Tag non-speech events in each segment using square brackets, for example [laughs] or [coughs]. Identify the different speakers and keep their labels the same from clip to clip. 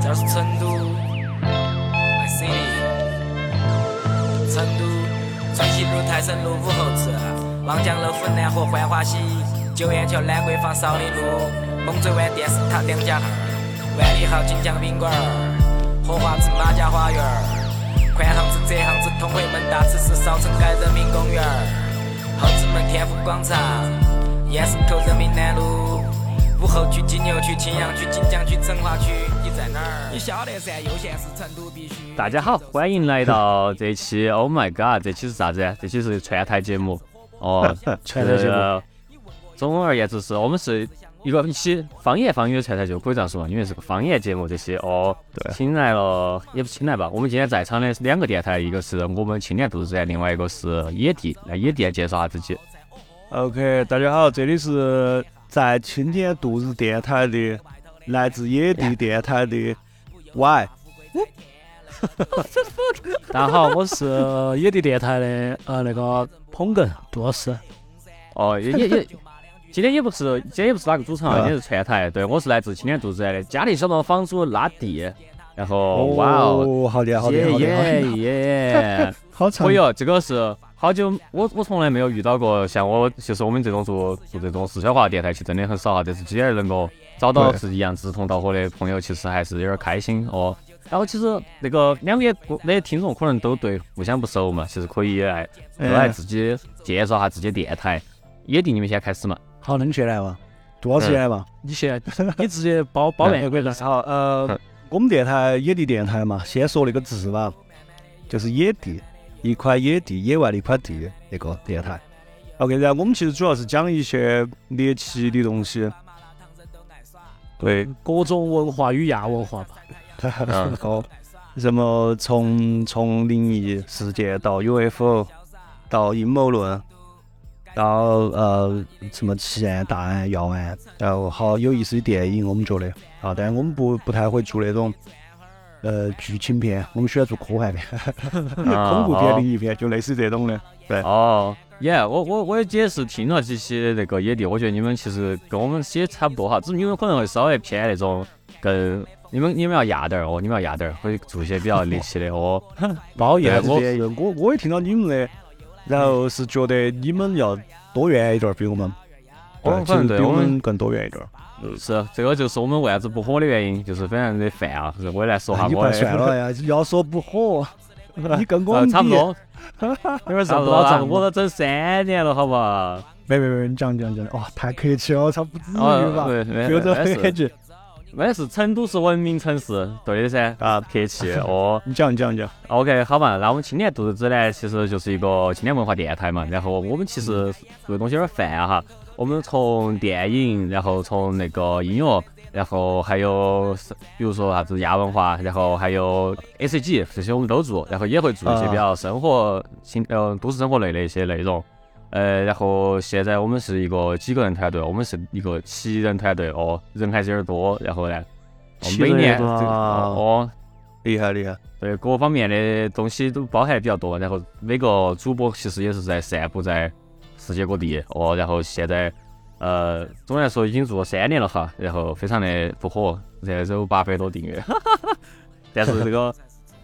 Speaker 1: 就是成都，My City，成都，春熙路、泰升路、武侯祠，望江楼、府南河、浣花溪，九眼桥、兰桂坊、少林路，猛追湾电视塔、两家巷，万里豪、锦江宾馆儿，荷花池、马家花园儿，宽巷子、折巷子、通惠门、大慈寺、少城街人民公园儿，后子门、天府广场，燕市口人民南路。武侯区、金牛区、青羊区、锦江区、成华区，你在哪儿？你晓得噻，右县是成都必须。
Speaker 2: 大家好，欢迎来到这一期 Oh My God，这期是啥子？这期是串台节目
Speaker 3: [laughs]
Speaker 2: 哦，
Speaker 3: 串台节目
Speaker 2: 目。总而言之是，我们是一个一期方言方语的串台节目，可以这样说嘛，因为是个方言节目这些哦。
Speaker 3: 对
Speaker 2: 请来了也不是请来吧，我们今天在场的是两个电台，一个是我们青年都市站，另外一个是野地。那野地来介绍下自己。
Speaker 3: OK，大家好，这里是在青年度日电台的，来自野地电台的 Y。
Speaker 4: 大家好，哦我是野地电台的呃那个捧哏杜老师，
Speaker 2: 哦，也也也，今天也不是，今天也不是哪个主场，
Speaker 3: 啊
Speaker 2: 今天是串台。对，我是来自青年杜自然的，家里小毛房主拉弟。然后，哇哦，
Speaker 3: 哦，好的，好的，好的，好
Speaker 2: 耶
Speaker 3: 的，
Speaker 2: 耶 [laughs] 耶！
Speaker 3: 好长
Speaker 2: 可以。哦，这个是好久，我我从来没有遇到过像我，就是我们这种做做这种四川话电台，其实真的很少哈。啊但是今儿能够找到
Speaker 3: 对
Speaker 2: 是一样志同道合的朋友，其实还是有点开心哦。然后其实那个两边的听众可能都对互相不熟嘛，其实可以来都来
Speaker 3: 哎，
Speaker 2: 自己介绍下自己电台。野地，你们先开始嘛。
Speaker 4: 好，那你先来嘛，
Speaker 3: 多少时间嘛？
Speaker 4: 你先，你直接包包办就可以了。
Speaker 3: 好，呃，我们电台野地电台嘛，先说那个字吧，就是野地，一块野地，野外的一块地，那个电台。OK，然后我们其实主要是讲一些猎奇的东西。对，
Speaker 4: 各种嗯文化与亚文
Speaker 3: [laughs]
Speaker 4: 化吧，
Speaker 2: 嗯
Speaker 3: 哦，什么从从灵异事件到 UFO，到阴谋论，到呃什么奇案、大案、要案，然后好有意思的电影，我们觉得啊，但是我们不不太会做那种呃剧情片，我们喜欢做科幻片、 [laughs]
Speaker 2: 啊
Speaker 3: 恐怖片、灵异片，就类似这种的。
Speaker 2: 哦，耶、我我我也是听了几期那个野地，我觉得你们其实跟我们也差不多哈，只是你们可能会稍微偏那种更你们你们要压点儿哦，你们要压点儿，会做一些比较猎奇的哦。
Speaker 3: 包
Speaker 2: 夜我
Speaker 3: 我我我也听到你们的，然后是觉得你们要多元一点儿，比我们，
Speaker 2: 我
Speaker 3: 对
Speaker 2: 们
Speaker 3: 其
Speaker 2: 哦反正
Speaker 3: 实
Speaker 2: 对
Speaker 3: 比我
Speaker 2: 我们
Speaker 3: 们更多元一点儿。
Speaker 2: 是这个就是我们为啥子不火的原因，就是非常的泛啊。就是我也来说下
Speaker 3: 哎你
Speaker 2: 我
Speaker 3: 快
Speaker 2: 的，[laughs]
Speaker 3: 算了呀，要说不火，你跟我
Speaker 2: 呃，
Speaker 3: 们
Speaker 2: 差不
Speaker 3: 比
Speaker 2: 多，有点
Speaker 4: 差
Speaker 2: 上不
Speaker 4: 不
Speaker 2: 到
Speaker 4: 多差
Speaker 2: 账，
Speaker 4: 不多
Speaker 2: 我都整三年了，好不好？
Speaker 3: 没没没，你讲讲讲，哇，太客气了，操，不至于
Speaker 2: 哦，
Speaker 3: 吧？
Speaker 2: 对，
Speaker 3: [laughs]
Speaker 2: 没
Speaker 3: 有这
Speaker 2: 没事
Speaker 3: 感觉
Speaker 2: 没得事，成都是文明城市，对的
Speaker 3: [laughs]
Speaker 2: 噻，
Speaker 3: 啊，
Speaker 2: 客气哦。
Speaker 3: 你讲你讲你讲，
Speaker 2: OK，好嘛，那我们青年肚子指南其实就是一个青年文化电台嘛，然后我们其实做的东西有点泛啊哈，我们从电影，然后从那个音乐，然后还有是比如说啥子亚文化，然后还有 A C G 这些我们都做，然后也会做一些
Speaker 4: 啊
Speaker 2: 比较生活新呃都市生活类的一些内容。呃，然后现在我们是一个几个人团队，我们是一个七人团队哦，人还是有点多。然后呢，我们
Speaker 4: 七
Speaker 2: 每
Speaker 4: 人
Speaker 2: 年这
Speaker 4: 多啊
Speaker 2: 个哦，
Speaker 3: 厉害厉害，
Speaker 2: 对各方面的东西都包含得比较多，然后每个主播其实也是在散布在世界各地哦，然后现在呃，总的来说已经做了三年了哈，然后非常的不火，现在只有八百多订阅， [laughs] 但是这个。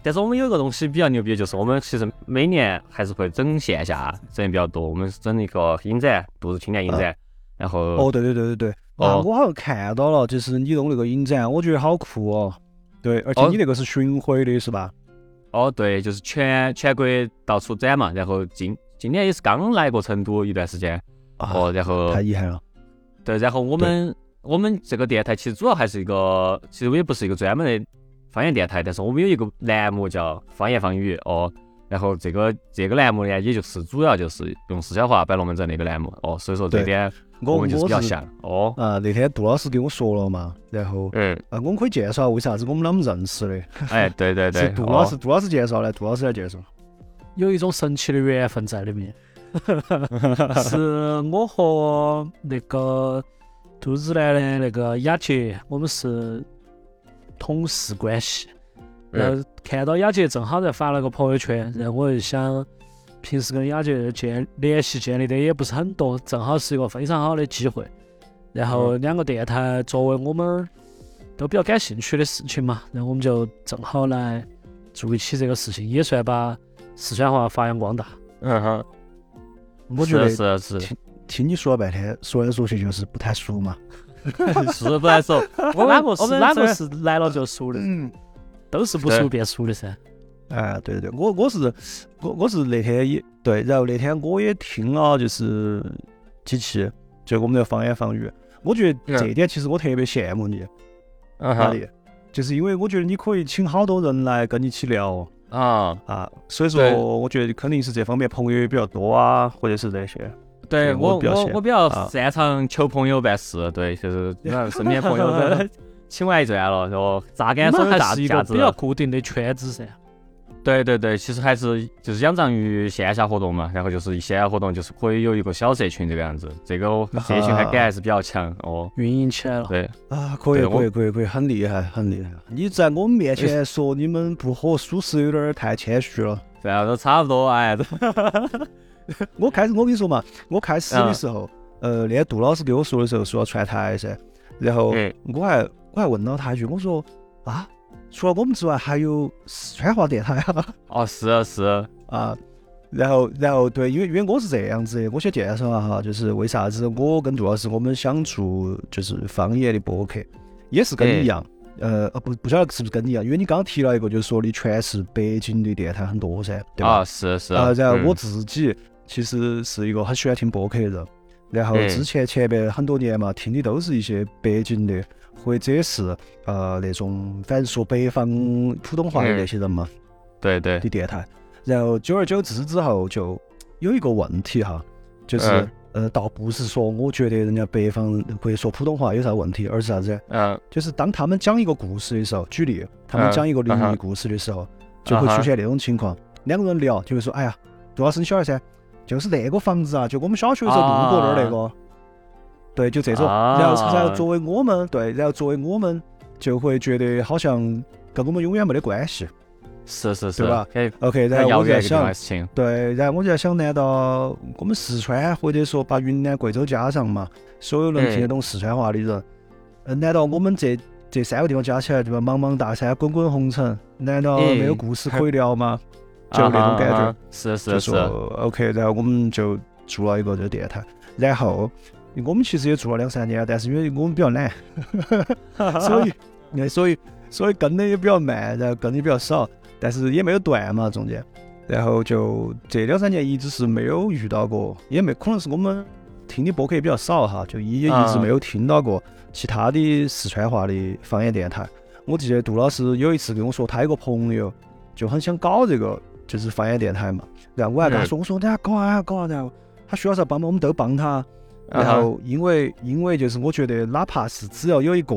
Speaker 2: 但是我们有一个东西比较牛逼，就是我们其实每年还是会整线下整得比较多，我们是整一个影展，度日青年影展，然后
Speaker 3: 哦，对对对对对，啊，
Speaker 2: 哦
Speaker 3: 我好像看到了，就是你弄那个影展，我觉得好酷哦。对，而且
Speaker 2: 哦
Speaker 3: 你那个是巡回的，是吧？
Speaker 2: 哦，对，就是全全国到处展嘛，然后今今年也是刚来过成都一段时间，
Speaker 3: 啊
Speaker 2: 哦，然后
Speaker 3: 太厉害了，
Speaker 2: 对，然后我们我们这个电台其实主要还是一个，其实我也不是一个专门的方言电台，但是我们有一个栏目叫方言方语哦。然后这个这个栏目呢，也就是主要就是用四川话摆龙门阵那个栏目哦，所以说这
Speaker 3: 对
Speaker 2: 点
Speaker 3: 我
Speaker 2: 们就是比较
Speaker 3: 我
Speaker 2: 像哦。
Speaker 3: 啊，那天杜老师给我说了嘛，然后
Speaker 2: 嗯，
Speaker 3: 啊，我们可以介绍为啥子我们啷么认识的？
Speaker 2: 哎，对对对
Speaker 3: 是，杜老
Speaker 2: 哦
Speaker 3: 师，杜老师介绍的，杜老师来介绍。
Speaker 4: 有一种神奇的缘分在
Speaker 3: [laughs]
Speaker 4: 里面，是我和那个杜日南的那个雅杰，我们是同事关系。
Speaker 2: 嗯
Speaker 4: 然后看到雅杰正好在发了个朋友圈，然后我就想，平时跟雅杰建联系建立的也不是很多，
Speaker 2: 嗯
Speaker 4: 正好是一个非常好的机会。然后两个电台作为我们都比较感兴趣的事情嘛，然后我们就正好来做一期这个事情，也算把四川话发扬光 [laughs] 大。
Speaker 2: 嗯哼，
Speaker 3: 呃我觉得
Speaker 2: 是是是
Speaker 3: 听你说了半天，说来说去就是不太熟嘛。 [laughs]
Speaker 2: 是不难说。我
Speaker 4: 哪
Speaker 2: 们
Speaker 4: 个
Speaker 2: 我
Speaker 4: 是
Speaker 2: 们
Speaker 4: 哪个
Speaker 2: 这
Speaker 4: 是来了就熟的，
Speaker 3: 嗯，
Speaker 4: 都是不熟变熟的噻。
Speaker 3: 哎，对对对，我我是我我是那天也对，然后那天我也听了就是几期，就我们的方言方语，我觉得这一点其实我特别羡慕你，
Speaker 2: 嗯
Speaker 3: 哪
Speaker 2: 哼
Speaker 3: 里？就是因为我觉得你可以请好多人来跟你一起聊
Speaker 2: 啊，
Speaker 3: 啊，所以
Speaker 2: 对
Speaker 3: 说我觉得肯定是这方面朋友也比较多啊，或者是这些。
Speaker 2: 对
Speaker 3: 对我
Speaker 2: 我
Speaker 3: 比较
Speaker 2: 我
Speaker 3: 闲
Speaker 2: 我比较
Speaker 3: 啊
Speaker 2: 擅长求朋友办事，对，就是让
Speaker 3: [laughs]
Speaker 2: 身边朋友都请完一
Speaker 3: 啊
Speaker 2: 转了，然后榨干所
Speaker 4: 们
Speaker 2: 有价
Speaker 4: 还是一
Speaker 2: 价
Speaker 4: 个
Speaker 2: 值
Speaker 4: 比。较固定的圈子噻。
Speaker 2: 对对对，其实还是就是仰仗于线下活动嘛，然后就是线下活动就是可以有一个小社群这个样子，这个社群还感还是比较强哦。
Speaker 4: 运营起来了，
Speaker 2: 对，
Speaker 3: 啊，可以，
Speaker 2: 对我
Speaker 3: 可以，可以，可以，很厉害，很厉害。你在我们面前说你们不合属实，有点儿太谦虚了。
Speaker 2: 这样都差不多，哎，
Speaker 3: 我开始，我跟你说嘛，我开始的时候，呃，那天杜老师给我说的时候说要串台噻，然后
Speaker 2: 嗯
Speaker 3: 我还我还问了他一句，我说啊，除了我们之外，还有四川话电台啊 [laughs]
Speaker 2: 哦，是是，
Speaker 3: 啊。然后，然后对，因为因为我是这样子的，我先介绍一下哈，就是为啥子我跟杜老师我们想做就是方言的播客，也是跟你一样，呃，呃不不晓得是不是跟你一样，因为你刚刚提了一个，就是说的全是北京的电台很多噻，对吧？
Speaker 2: 啊，是是。
Speaker 3: 啊，然后我
Speaker 2: 嗯
Speaker 3: 自己其实是一个很喜欢听播客的人，然后
Speaker 2: 嗯
Speaker 3: 之前前面很多年嘛，听的都是一些北京的，或者是呃那种反正说北方普通话的
Speaker 2: 嗯
Speaker 3: 那些人嘛
Speaker 2: 对对
Speaker 3: 的电台，然后久而久之之后就有一个问题哈，就是、
Speaker 2: 嗯
Speaker 3: 呃倒不是说我觉得人家北方人会说普通话有啥问题，而是啥子呢？
Speaker 2: 嗯，
Speaker 3: 就是当他们讲一个故事的时候，举例，他们
Speaker 2: 嗯
Speaker 3: 讲一个灵
Speaker 2: 嗯哼
Speaker 3: 异故事的时候，就会出现那种情况，两个人聊就会说，哎呀，杜老师你晓得噻，就是那个房子啊，就我们小学的时候路过那儿那个，对，就这种，
Speaker 2: 啊
Speaker 3: 然后然后作为我们，对，然后作为我们就会觉得好像跟我们永远没得关系
Speaker 2: 是是是，
Speaker 3: 对吧
Speaker 2: 可以？
Speaker 3: ，OK，然
Speaker 2: 很
Speaker 3: 后
Speaker 2: 遥
Speaker 3: 我就
Speaker 2: 远
Speaker 3: 在
Speaker 2: 一个地方
Speaker 3: 想
Speaker 2: 的，事情。
Speaker 3: 对，然后我就在想，难道我们四川或者说把云南、贵州加上嘛，所有
Speaker 2: 嗯
Speaker 3: 能听得懂四川话的人，呃，难道我们这这三个地方加起来，对吧？茫茫大山，滚滚红尘，难道没
Speaker 2: 嗯
Speaker 3: 有故事可以聊吗？就那种感觉
Speaker 2: 啊哈啊哈嗯是
Speaker 3: 就是说
Speaker 2: 是，
Speaker 3: OK，然后我们就做了一个这个电台，然后我们其实也做了两三年，但是因为我们比较懒，
Speaker 2: 啊
Speaker 3: 所以那所以所以跟的也比较慢，然后跟的比较少，但是也没有断嘛中间，然后就这两三年一直是没有遇到过，也没可能是我们听的播客也比较少哈，就也一直
Speaker 2: 啊
Speaker 3: 没有听到过其他的四川话的方言电台。我记得杜老师有一次跟我说，他有个朋友就很想搞这个，就是方言电台嘛。然后我还跟他说，我说你要搞啊，要搞啊，然后他需要啥帮忙，我们都帮他。
Speaker 2: 啊哈
Speaker 3: 然后因为因为就是我觉得，哪怕是只要有一个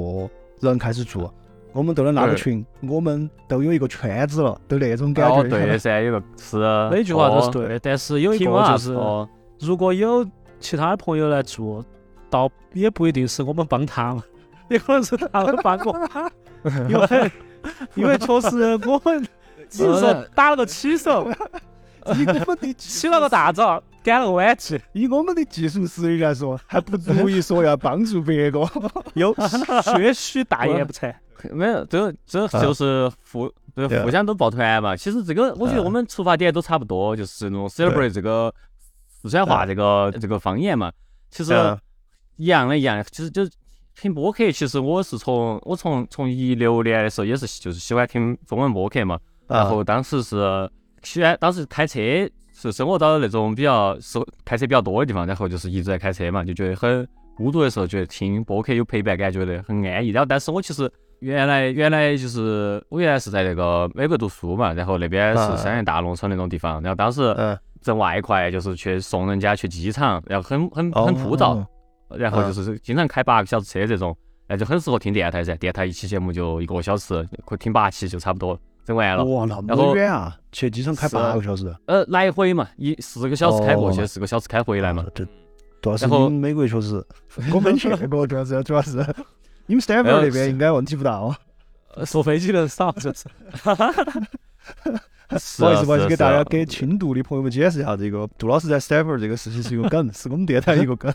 Speaker 3: 人开始做，我们都能拉个
Speaker 2: 对
Speaker 3: 群，我们都有一个圈子了，都那种感觉。
Speaker 2: 哦对的噻，有个是
Speaker 4: 每一句话都是
Speaker 2: 哦
Speaker 4: 对的，但是有一个
Speaker 2: team up，
Speaker 4: 就是，
Speaker 2: 哦
Speaker 4: 如果有其他的朋友来做，倒也不一定是我们帮他们， [laughs] 也可能是他们帮我们，
Speaker 3: [laughs]
Speaker 4: [laughs] 因为因为确实我们只是说打了个起手，
Speaker 3: 以我们的技
Speaker 4: 起了个大早，赶了个晚集，
Speaker 3: 以我们的技术实力来说，还不足以说要帮助
Speaker 2: [laughs]
Speaker 3: 别个。
Speaker 4: [laughs] 有些许大言不惭。
Speaker 2: 没有，这这
Speaker 3: 啊
Speaker 2: 就是互，对
Speaker 3: 对啊
Speaker 2: 互相都抱团嘛。其实这个，我觉得
Speaker 3: 啊
Speaker 2: 我们出发点都差不多，就是那种 celebrate 这个四川
Speaker 3: 啊
Speaker 2: 话这个这个方言嘛。其实
Speaker 3: 嗯
Speaker 2: 一样的，一样的，其实就是听播客。其实我是从我从从一六年的时候也是就是喜欢听中文播客嘛，
Speaker 3: 啊
Speaker 2: 然后当时是喜欢，当时开车是生活到那种比较是开车比较多的地方，然后就是一直在开车嘛，就觉得很孤独的时候，觉得听播客有陪伴感，觉得很安逸。然后，但是我其实原来原来就是我原来是在那个美国读书嘛，然后那边是三亚大农村那种地方，然后当时
Speaker 3: 嗯，
Speaker 2: 挣外快就是去送人家去机场，然后很很
Speaker 3: 哦
Speaker 2: 很枯燥，然后就是经常开八个小时车这种，那就很适合听电台噻。电台一期节目就一个小时，可以听八期就差不多整完了。
Speaker 3: 哇，那
Speaker 2: 然后
Speaker 3: 么远啊！去机场开
Speaker 2: 是
Speaker 3: 八个小时，
Speaker 2: 呃，来回嘛，一四个小时开过
Speaker 3: 哦
Speaker 2: 去，四个小时开回来嘛。
Speaker 3: 这主要是
Speaker 2: 然后
Speaker 3: 你们美国确实，我没去过，主要是主要是 [laughs] 你们 Stanford 那边应该问题不大哦。
Speaker 4: 坐飞机人少就是，
Speaker 2: 是 [laughs]
Speaker 3: 哦不好意思，不好
Speaker 2: 是啊
Speaker 3: 意思，给大家
Speaker 2: 是
Speaker 3: 给轻度的朋友们解释一下，这个杜老师在 Stanford 这个事情是一个梗， [laughs] 是我们电台一个梗，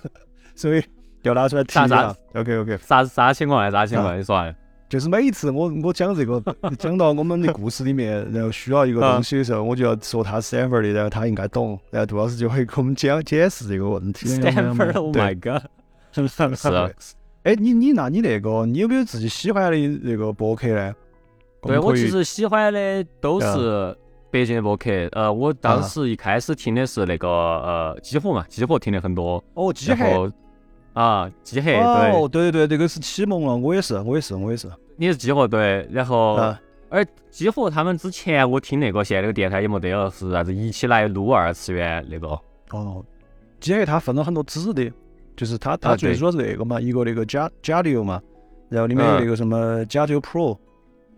Speaker 3: 所以要拿出来提一
Speaker 2: 啥
Speaker 3: 下。OK OK，
Speaker 2: 啥啥情况啊？啥情况？
Speaker 3: 啊
Speaker 2: 你说啊？
Speaker 3: 就是每一次我我讲这个 [laughs] 讲到我们的故事里面，然后需要一
Speaker 2: 啊
Speaker 3: 个东西的时候，我就要说他是 Stanford 的，然后他应该懂，然后杜老师就会给我们讲解释这个问题。
Speaker 2: Stanford，Oh
Speaker 4: Oh
Speaker 3: 对
Speaker 2: my god，是
Speaker 3: [laughs]
Speaker 2: 啊
Speaker 3: 哎，你你那你那个，你有没有自己喜欢的那个博客呢？
Speaker 2: 对
Speaker 3: 们
Speaker 2: 我
Speaker 3: 可以
Speaker 2: 其实喜欢的都是北京的播客。呃，我当
Speaker 3: 啊
Speaker 2: 时一开始听的是那个呃激活嘛，激活听的很多。
Speaker 3: 哦，机
Speaker 2: 然
Speaker 3: 械
Speaker 2: 后啊，激黑对
Speaker 3: 哦，，对对对，这个是启蒙了，我也是，我也是，我也是。
Speaker 2: 你是激活对，然后
Speaker 3: 啊，
Speaker 2: 而激活他们之前我听那个现在那个电台也没得了，是啥子一起来撸二次元那个。
Speaker 3: 哦，机械它分了很多子的，就是它它
Speaker 2: 啊
Speaker 3: 最
Speaker 2: 对
Speaker 3: 主要是那个嘛，一个那个加加六嘛，然后里
Speaker 2: 嗯
Speaker 3: 面有那个什么加六 Pro，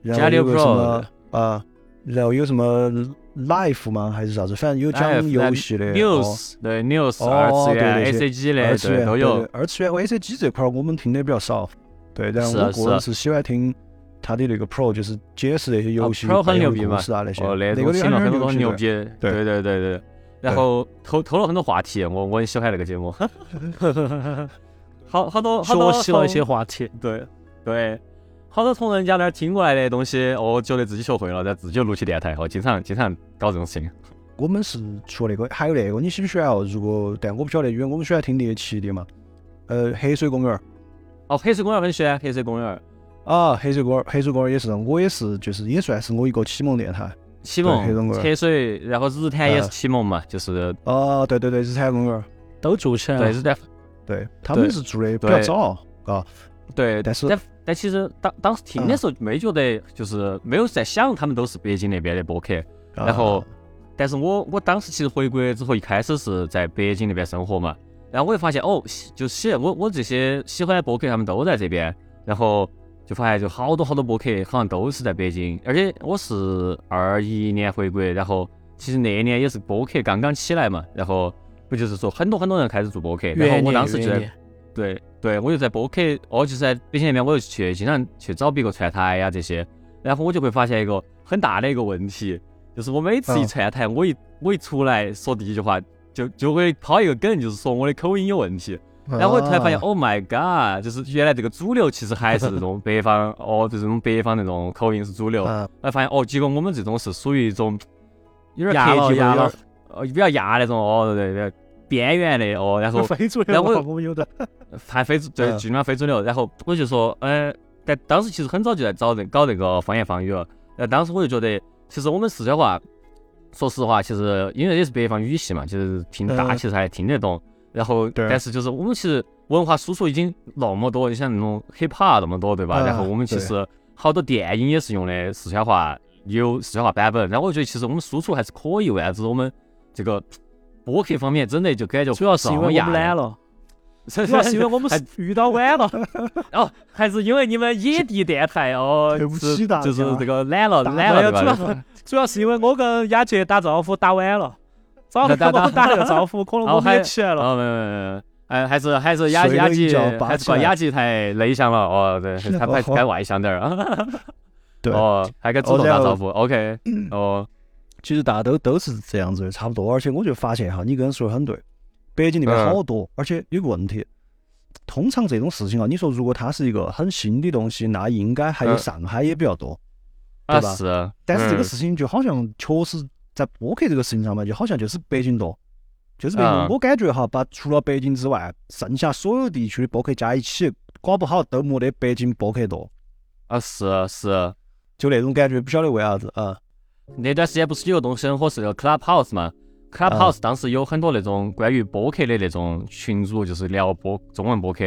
Speaker 3: 然后有个
Speaker 2: Galileo
Speaker 3: 什么啊，然后有什么 Life 吗？还是啥子？反正有讲
Speaker 2: Life，
Speaker 3: 游戏的
Speaker 2: news 对 news
Speaker 3: 哦
Speaker 2: 二次元
Speaker 3: 对对
Speaker 2: ACG
Speaker 3: 哦二
Speaker 2: 的
Speaker 3: 次元
Speaker 2: 对都有
Speaker 3: 对对二次元 VCG 这块儿我们听的比较少，对，然后
Speaker 2: 是啊
Speaker 3: 我
Speaker 2: 是
Speaker 3: 个
Speaker 2: 啊
Speaker 3: 人是喜欢听。它的那个 Pro 就是解释那些游戏、
Speaker 2: 啊，Pro 很
Speaker 3: 还
Speaker 2: 牛
Speaker 3: 有
Speaker 2: 逼
Speaker 3: 故
Speaker 2: 嘛
Speaker 3: 事啊那些，
Speaker 2: 哦，那
Speaker 3: 那
Speaker 2: 种
Speaker 3: 个
Speaker 2: 听了很多牛
Speaker 3: 牛
Speaker 2: 逼，
Speaker 3: 逼。
Speaker 2: 对
Speaker 3: 对
Speaker 2: 对对对。然后偷偷了很多话题，我我很喜欢那个节目， [laughs] 好好多好多
Speaker 4: 学习了
Speaker 2: 从
Speaker 4: 一些话题，
Speaker 2: 对对，好多从人家那儿听过来的东西，我觉得自己学会了，然后自己就录起电台，哦我经常经常搞这种事情。
Speaker 3: 我们是除了那个，还有那个你喜不喜欢哦？如果但我不晓得，因为我们喜欢听猎奇的嘛。呃，黑水公园儿
Speaker 2: 哦，黑水公园很喜欢，黑水公园
Speaker 3: 啊，黑水公园儿，黑水公园儿也是，我也是，就是也算是我一个启蒙电台。
Speaker 2: 启
Speaker 3: 对黑水
Speaker 2: 蒙
Speaker 3: 公园
Speaker 2: 黑水，然后日坛也是
Speaker 3: 嗯
Speaker 2: 启蒙嘛，就是
Speaker 3: 啊，对对对，日坛公园儿，
Speaker 4: 都做起
Speaker 3: 啊
Speaker 4: 来
Speaker 2: 对
Speaker 4: 了。
Speaker 2: 日坛
Speaker 3: 对他们
Speaker 2: 对
Speaker 3: 是做的比较
Speaker 2: 对
Speaker 3: 早啊。
Speaker 2: 对，
Speaker 3: 但是
Speaker 2: 但但其实当当时听的时候没觉得，就是没有在想他们都是北京那边的播客，
Speaker 3: 啊
Speaker 2: 然后，但是我我当时其实回国之后，一开始是在北京那边生活嘛，然后我就发现哦，喜就喜我我这些喜欢的播客他们都在这边，然后就发现就好多好多播客好像都是在北京，而且我是二一年回国，然后其实那一年也是播客刚刚起来嘛，然后不就是说很多很多人开始做播客，然
Speaker 4: 元
Speaker 2: 后我
Speaker 4: 年
Speaker 2: 当时就
Speaker 4: 元
Speaker 2: 在
Speaker 4: 年，
Speaker 2: 对对，我就在播客，哦，就是在北京那边，我就去经常去找别个串台呀、这些，然后我就会发现一个很大的一个问题，就是我每次一
Speaker 3: 嗯
Speaker 2: 串台，我一我一出来说第一句话，就就会抛一个梗，就是说我的口音有问题，然后我突然发现、哦
Speaker 3: 啊
Speaker 2: o h my god，就是原来这个主流其实还是这种北方，哦，就是这种北方那种口音是主流，
Speaker 3: 啊，
Speaker 2: 哎，发现哦，结果我们这种是属于一种有点
Speaker 4: 压
Speaker 2: 客
Speaker 4: 了
Speaker 2: 气，有
Speaker 4: 压
Speaker 2: 点
Speaker 3: 啊
Speaker 4: 了
Speaker 2: 呃比较压那种，哦，对对，边缘的哦，然后
Speaker 3: 非主
Speaker 2: 然
Speaker 3: 流
Speaker 2: 后
Speaker 3: 嘛，
Speaker 2: 我
Speaker 3: 我们有的。
Speaker 2: 还非主对，
Speaker 3: 嗯
Speaker 2: 基本上非主流。然后我就说，呃，但当时其实很早就在找人搞那个方言方语了。呃，当时我就觉得，其实我们四川话，说实话，其实因为也是北方语系嘛，就是听大，
Speaker 3: 嗯
Speaker 2: 其实还听得懂。然后，
Speaker 3: 对
Speaker 2: 但是就是我们其实文化输出已经那么多，你像那种 hiphop 那么多，对吧？
Speaker 3: 嗯
Speaker 4: 啊
Speaker 2: 然后我们其实好多电影也是用的四川话，也有四川话版本。然后我觉得其实我们输出还是可以，为啥子我们这个播客方面真的就感觉
Speaker 4: 主要是因为我们
Speaker 2: [laughs]
Speaker 4: 懒
Speaker 2: 了，
Speaker 4: 了，
Speaker 2: 主
Speaker 4: 主要是因为 [laughs] 我们是遇到晚了。
Speaker 2: 哦，还是因为你们野地电台哦，
Speaker 3: 对不
Speaker 2: 是
Speaker 3: 起大家
Speaker 2: 就是这个懒了，
Speaker 4: 打
Speaker 2: 懒了
Speaker 4: 主
Speaker 2: 对吧？
Speaker 4: 要主要是因为我跟雅杰打招呼打晚了，早上
Speaker 2: 打
Speaker 4: 跟
Speaker 2: 打
Speaker 4: 我打了个招呼，可能
Speaker 2: 然后
Speaker 4: 我们
Speaker 2: 还
Speaker 4: 也起来了。
Speaker 2: 哦，没有没有没有没有，哎，还是还是雅
Speaker 3: 睡了
Speaker 2: 雅
Speaker 3: 一
Speaker 2: 集，
Speaker 3: 觉拔
Speaker 2: 还是
Speaker 3: 起
Speaker 2: 怪
Speaker 3: 来
Speaker 2: 雅集太内向了哦，对，
Speaker 3: 是的
Speaker 2: 他 [laughs] 还
Speaker 3: 哦
Speaker 2: 该外向点儿啊。 [laughs]
Speaker 3: 对
Speaker 2: 哦，还该主
Speaker 3: 哦
Speaker 2: 动
Speaker 3: 然
Speaker 2: 打
Speaker 3: 后
Speaker 2: 招呼，OK，哦，
Speaker 3: 其实大家都都是这样子的，差不多。而且我就发现哈，你跟人说的很对，北京那边
Speaker 2: 嗯
Speaker 3: 好多，而且有个问题，通常这种事情啊，你说如果它是一个很新的东西，那应该还有
Speaker 2: 嗯
Speaker 3: 上海也比较多。
Speaker 2: 啊
Speaker 3: 对吧
Speaker 2: 是，
Speaker 3: 但是这个
Speaker 2: 嗯
Speaker 3: 事情就好像确实在播客这个事情上面，就好像就是北京多，就是北
Speaker 2: 啊
Speaker 3: 京。我感觉哈，把除了北京之外，剩下所有地区的播客加一起，搞不好都没得北京播客多，
Speaker 2: 啊是是，
Speaker 3: 就那种感觉，不晓得为啥子啊。
Speaker 2: 那段时间不是有个东西很火是那个 Clubhouse 嘛？Clubhouse 当时有很多那种关于播客的那种群组，就是聊播中文播客，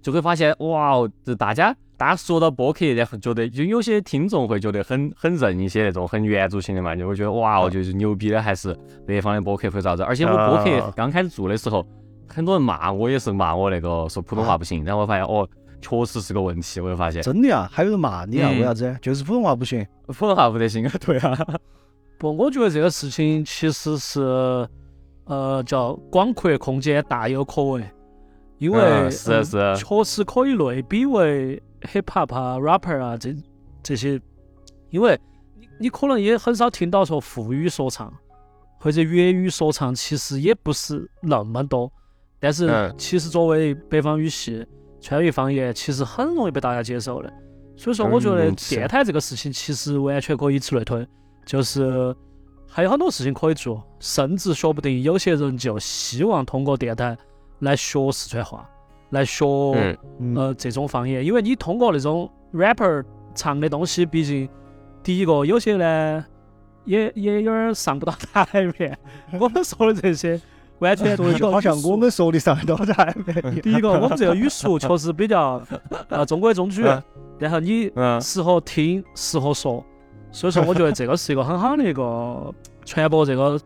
Speaker 2: 就会发现哇，哦，这大家大家说到播客，然后觉得就有些听众会觉得很很认一些那种很原著性的嘛，就会觉得哇，哦，就是牛逼的还是北方的播客或者啥子。而且我播客
Speaker 3: 啊
Speaker 2: 刚开始做的时候，很多人骂我也是骂我那个说普通话不行，然后我发现哦，确实是个问题，我就发现
Speaker 3: 真的呀，还有人骂你啊？
Speaker 2: 嗯
Speaker 3: 为啥子？就是普通话不行。
Speaker 2: 普通话不得行啊， [laughs] 对啊，
Speaker 4: 不，我觉得这个事情其实是，呃，叫广阔空间大有可为，因为、
Speaker 2: 嗯是
Speaker 4: 嗯
Speaker 2: 是
Speaker 4: 确实可以类比为 hip hop 啊、rapper 啊这这些，因为你你可能也很少听到说沪语说唱或者粤语说唱，其实也不是那么多，但是
Speaker 2: 嗯
Speaker 4: 其实作为北方语系、川渝方言，其实很容易被大家接受的。所以说，我觉得
Speaker 2: 嗯是
Speaker 4: 电台这个事情其实完全可以以此类推，就是还有很多事情可以做，甚至说不定有些人就希望通过电台来学四川话，来学、
Speaker 2: 嗯
Speaker 3: 嗯，
Speaker 4: 呃这种方言，因为你通过那种 rapper 唱的东西，毕竟第一个有些呢也也有点上不到台面，我们说的这些完全都
Speaker 3: 就好像我们说的上都在没
Speaker 2: 嗯
Speaker 3: 有。
Speaker 4: 第一个，我们这个语速确实比较呃中规中
Speaker 2: [laughs]
Speaker 4: 矩
Speaker 2: 嗯，
Speaker 4: 然后你
Speaker 2: 嗯，
Speaker 4: 适合听，适合说，所以说我觉得这个是一个很好的一个传播这个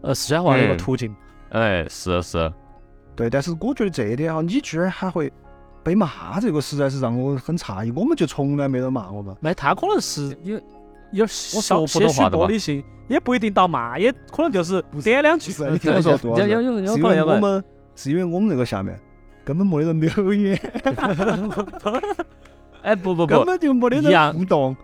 Speaker 4: 呃四川话的一个
Speaker 2: 嗯
Speaker 4: 途径。
Speaker 2: [laughs] 哎，是是，
Speaker 3: [laughs] 对，但是我觉得这一点哈，你居然还会被骂，这个实在是让我很诧异。我们就从来没人骂我们。
Speaker 4: 那他可能是有有
Speaker 2: 说
Speaker 4: 少
Speaker 2: 普
Speaker 4: 些
Speaker 2: 通
Speaker 4: 许
Speaker 2: 话的吧
Speaker 4: 玻璃心，也不一定到骂，也可能就是
Speaker 3: 不是
Speaker 4: 点两句
Speaker 3: 不。是，啊你听我说多少
Speaker 2: 有
Speaker 3: 次？
Speaker 2: 有有有
Speaker 3: 是因
Speaker 2: 可能
Speaker 3: 为
Speaker 2: 有
Speaker 3: 我
Speaker 2: 可能，
Speaker 3: 们是因为我们那个下面根本没得人留言，
Speaker 2: 哎，不不
Speaker 3: [laughs] 根
Speaker 2: 不，
Speaker 3: 本就没得
Speaker 2: 一样
Speaker 3: 人互动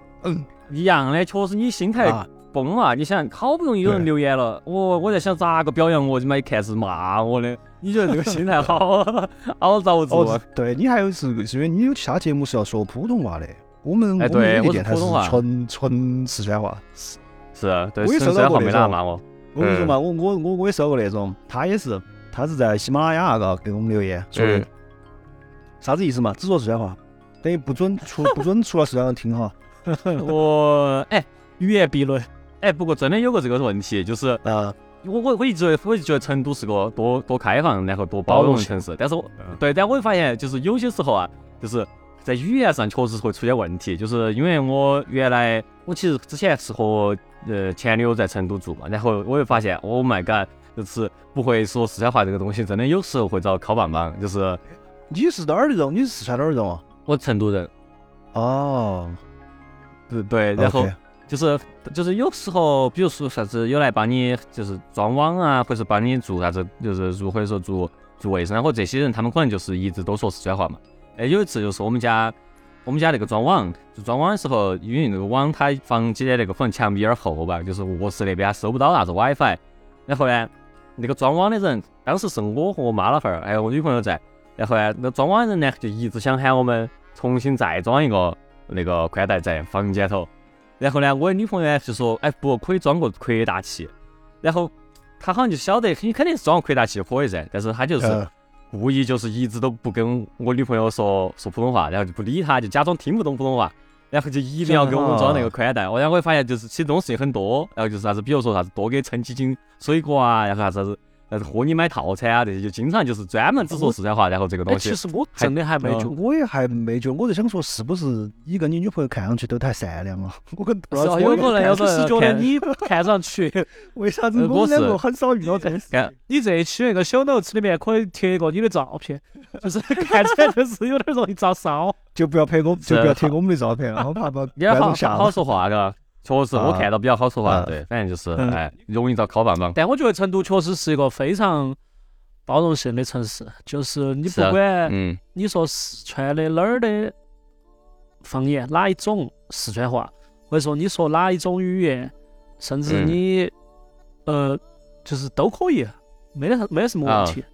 Speaker 2: 一样的，确实你心态
Speaker 3: 啊！
Speaker 2: 崩啊！你想，好不容易有人
Speaker 3: 对
Speaker 2: 留言了，我我在想咋个表扬我，就妈一看是骂我的，你觉得这个心态好啊 [laughs] 好遭住
Speaker 3: 哦
Speaker 2: 啊？，
Speaker 3: 对你还有是是因为你有其他节目是要说普通话的，我们
Speaker 2: 哎
Speaker 3: 我们
Speaker 2: 对
Speaker 3: 有
Speaker 2: 我是
Speaker 3: 个电台
Speaker 2: 普
Speaker 3: 是
Speaker 2: 通话嗯
Speaker 3: 纯纯四川话。
Speaker 2: 是啊对，
Speaker 3: 我也
Speaker 2: 虽
Speaker 3: 收
Speaker 2: 然好
Speaker 3: 到过
Speaker 2: 没
Speaker 3: 那
Speaker 2: 哪
Speaker 3: 种
Speaker 2: 骂
Speaker 3: [laughs]
Speaker 2: 我，
Speaker 3: 我跟你说嘛，我我我我也收过那种，他也是，他是在喜马拉雅那个给我们留言说的
Speaker 2: 嗯，
Speaker 3: 啥子意思嘛？只说四川话，等于不准出不准除了四川人听哈。 [laughs]
Speaker 2: 我哎
Speaker 4: 语言壁垒，
Speaker 2: 哎，不过真的有个这个问题，就是
Speaker 3: 啊，
Speaker 2: 我我我一直我一直觉得成都是个多多开放，然后多包容的嗯城市，但是我对，但我会发现就是有些时候啊，就是在语言上确实会出现问题，就是因为我原来我其实之前是和呃前女友在成都住嘛，然后我会发现，Oh my god，就是不会说四川话这个东西，真的有时候会遭敲棒棒，就是
Speaker 3: 你是哪儿的人？你是四川哪儿的人啊？
Speaker 2: 我成都人，
Speaker 3: 哦，
Speaker 2: 对对，然后
Speaker 3: OK
Speaker 2: 就是就是有时候，比如说啥子有来帮你就是装网啊，或者是帮你做啥子，就是如或者说做做卫生啊，或者这些人他们可能就是一直都说四川话嘛。哎，有一次就是我们家我们家那个装网，就装网的时候，因为那个网它房间的那个可能墙壁有点厚吧，就是卧室那边啊收不到啥子 WiFi，然后呢，那个装网的人当时是我和我妈老汉儿，还哎有我女朋友在，然后呢，那装网的人呢就一直想喊我们重新再装一个那个宽带在房间头。然后呢，我的女朋友呢就说，哎，不可以装个扩大器。然后她好像就晓得你肯定是装个扩大器可以噻，但是她就是
Speaker 3: 呃
Speaker 2: 故意就是一直都不跟我女朋友说说普通话，然后就不理她，就假装听不懂普通话，然后就一定要给我们装那个宽带。我然后我发现就是其实这种事情很多，然后就是啥子，比如说啥子多给称几斤水果啊，然后啥子啥子。然后和你买套餐啊，这些就经常就是专门只说四川话，然后这个
Speaker 4: 哎，
Speaker 2: 东西
Speaker 4: 其实我真的还没
Speaker 2: 还
Speaker 4: 觉，
Speaker 3: 我也还没觉，我在想说，是不是你跟你女朋友看上去都太善良了？我跟杜
Speaker 2: 是啊
Speaker 4: 哎
Speaker 3: 老师，
Speaker 2: 有
Speaker 3: 我
Speaker 2: 可能有
Speaker 4: 我
Speaker 2: 可能
Speaker 4: 是觉得
Speaker 2: 看
Speaker 4: 你看上去， [laughs]
Speaker 3: 为啥子
Speaker 2: 呃我
Speaker 3: 我们两
Speaker 2: 是
Speaker 3: 个很少遇到
Speaker 2: [laughs]
Speaker 3: 这种事？
Speaker 2: 干
Speaker 4: 你这一期那个小 notes 里面可以贴一个你的照片，就是看起来就是有点容易遭烧。
Speaker 3: 就不要拍我，
Speaker 2: 是
Speaker 3: 就不要贴我们的照片了，我怕把
Speaker 2: 比较
Speaker 3: 观
Speaker 2: 好
Speaker 3: 众吓
Speaker 2: 好好
Speaker 3: 到。
Speaker 2: 说话，嘎，确实我
Speaker 3: 啊
Speaker 2: 看到比较好说话，
Speaker 3: 啊
Speaker 2: 对，反正就是
Speaker 3: 嗯
Speaker 2: 哎，容易遭敲棒棒。
Speaker 4: 但我觉得成都确实是一个非常包容性的城市，就是你不
Speaker 2: 是啊
Speaker 4: 管
Speaker 2: 嗯，
Speaker 4: 你说四川的哪儿的方言，哪一种四川话，或者说你说哪一种语言，甚至
Speaker 2: 嗯
Speaker 4: 你、呃，就是都可以，啊没得啥没得什么
Speaker 2: 啊
Speaker 4: 问题。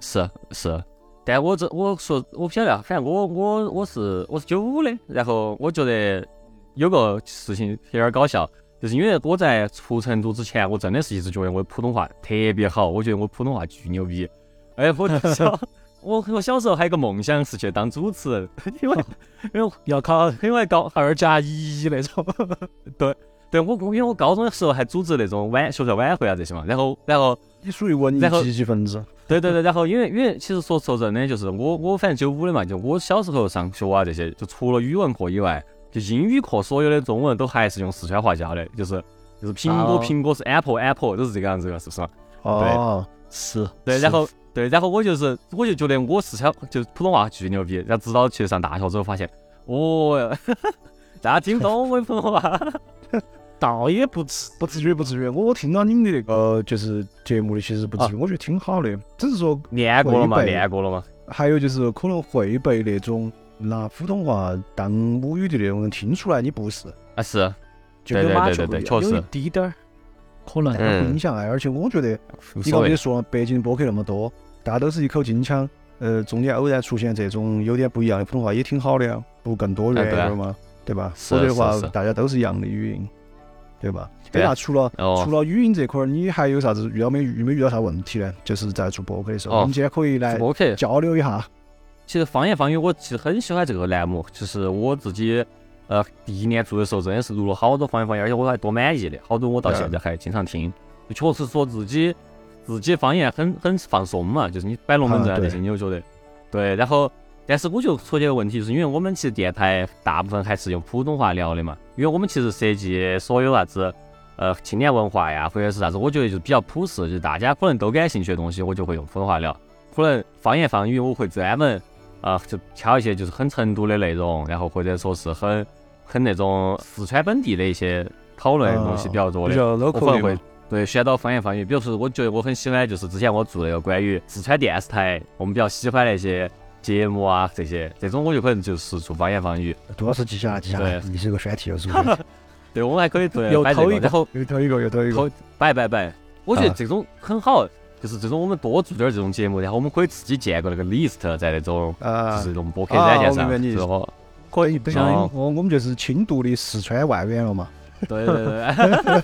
Speaker 2: 是是。但我这我说我不晓得啊，反正我我我是我是九五的，然后我觉得有个事情有点搞笑，就是因为我在出成都之前，我真的是一直觉得我普通话特别好，我觉得我普通话巨牛逼。哎，我小我我小时候还有个梦想是去当主持人，因为因为
Speaker 4: 要考
Speaker 2: 因为高
Speaker 4: 二加一那种，
Speaker 2: 对我我因为我高中的时候还组织那种晚学校晚会啊这些嘛，然后然后
Speaker 3: 你属于文艺
Speaker 2: 然后
Speaker 3: 积极分子，
Speaker 2: [laughs] 对对对，然后因为因为其实说说真的，就是我我反正九五的嘛，就我小时候上学啊这些，就除了语文课以外，就英语课所有的中文都还是用四川话教的，就是就是苹果、
Speaker 3: 哦
Speaker 2: 苹果是 apple apple 都是这个样子的，是不是嘛？
Speaker 3: 哦，
Speaker 4: [laughs]
Speaker 3: 是，
Speaker 2: 对，
Speaker 3: 是
Speaker 2: 然后对，然后我就是我就觉得我四川就是普通话巨牛逼，然后直到去上大学之后发现，哦， [laughs] 大家听不懂我的普通话， [laughs]
Speaker 4: 倒也不至
Speaker 3: 不至于，不至于。我我听到你们的那个就是节目的，其实不
Speaker 2: 啊
Speaker 3: 至于，我觉得挺好的。只是说，
Speaker 2: 练过了嘛，
Speaker 3: 会背
Speaker 2: 练过了嘛，
Speaker 3: 还有就是可能会被那种拿普通话当母语的那种人听出来你不是，
Speaker 2: 啊是，
Speaker 3: 就
Speaker 2: 对
Speaker 3: 跟
Speaker 2: 对
Speaker 3: 马
Speaker 2: 对
Speaker 3: 球
Speaker 2: 对对
Speaker 3: 一
Speaker 2: 确
Speaker 3: 样，
Speaker 2: 实嗯
Speaker 3: 有一滴点儿
Speaker 4: 可能。
Speaker 3: 但它不影响哎。而且我觉得
Speaker 2: 无
Speaker 3: 你
Speaker 2: 所
Speaker 3: 刚才
Speaker 2: 谓
Speaker 3: 也，说了，北京播客那么多，大家都是一口京腔，呃，中间偶然出现这种有点不一样的普通话也挺好的呀，不更多元
Speaker 2: 哎
Speaker 3: 一
Speaker 2: 对啊
Speaker 3: 点嘛，对吧？
Speaker 2: 是
Speaker 3: 否则的
Speaker 2: 是
Speaker 3: 话
Speaker 2: 是，
Speaker 3: 大家都是一样的语音，对吧？
Speaker 2: 对
Speaker 3: 哎，
Speaker 2: 啊
Speaker 3: 那除了除
Speaker 2: 哦，
Speaker 3: 了语音这块儿，你还有啥子遇到没遇没遇到啥问题呢？就是在做播客的时候，
Speaker 2: 哦
Speaker 3: 我们今天可以来
Speaker 2: OK，
Speaker 3: 交流一下。
Speaker 2: 其实方言方语，我其实很喜欢这个栏目。就是我自己，呃，第一年做的时候，真的是录了好多方言方言，而且我还多满意的，好多我到现在还经常听。就确实说自己自己方言很很放松嘛，就是你摆龙门阵啊
Speaker 3: 啊对
Speaker 2: 这些，你就觉得对。然后，但是我就出现个问题，就是因为我们其实电台大部分还是用普通话聊的嘛，因为我们其实设计所有啥子。呃，青年文化呀，或者是啥子，我觉得就比较普适，就是大家可能都感兴趣的东西，我就会用普通话聊。可能方言方语，我会专门啊，就挑一些就是很成都的内容，然后或者说是很很那种四川本地的一些讨论的东西比较多
Speaker 3: 啊比
Speaker 2: 的。
Speaker 3: 较
Speaker 2: 我可
Speaker 3: local
Speaker 2: 能
Speaker 3: 的
Speaker 2: 会
Speaker 3: 嘛
Speaker 2: 对选到方言方语，比如说我觉得我很喜欢，就是之前我做那个关于四川电视台，我们比较喜欢的一些节目啊这些，这种我就可能就是做方言方语。
Speaker 3: 多少记下来，记下来，
Speaker 2: 对
Speaker 3: 你是个选题，又是
Speaker 2: 对，我们还可以做
Speaker 4: 又
Speaker 2: 摆这
Speaker 4: 偷一
Speaker 2: 个，
Speaker 4: 个
Speaker 2: 然后
Speaker 3: 又投一个，又投一个
Speaker 2: 投。 [laughs] 摆摆摆，我觉得
Speaker 3: 啊
Speaker 2: 这种很好，就是这种我们多做点这种节目，然后我们可以自己建个那个 list，在那种就
Speaker 3: 啊
Speaker 2: 是，那种播客
Speaker 3: 啊
Speaker 2: 软件
Speaker 3: 我
Speaker 2: 上，
Speaker 3: 明白你意思
Speaker 2: 然
Speaker 3: [laughs]
Speaker 2: 后
Speaker 3: 可以，不像
Speaker 2: 哦
Speaker 3: 我我们就是轻度的四川外援了嘛。
Speaker 2: 对对对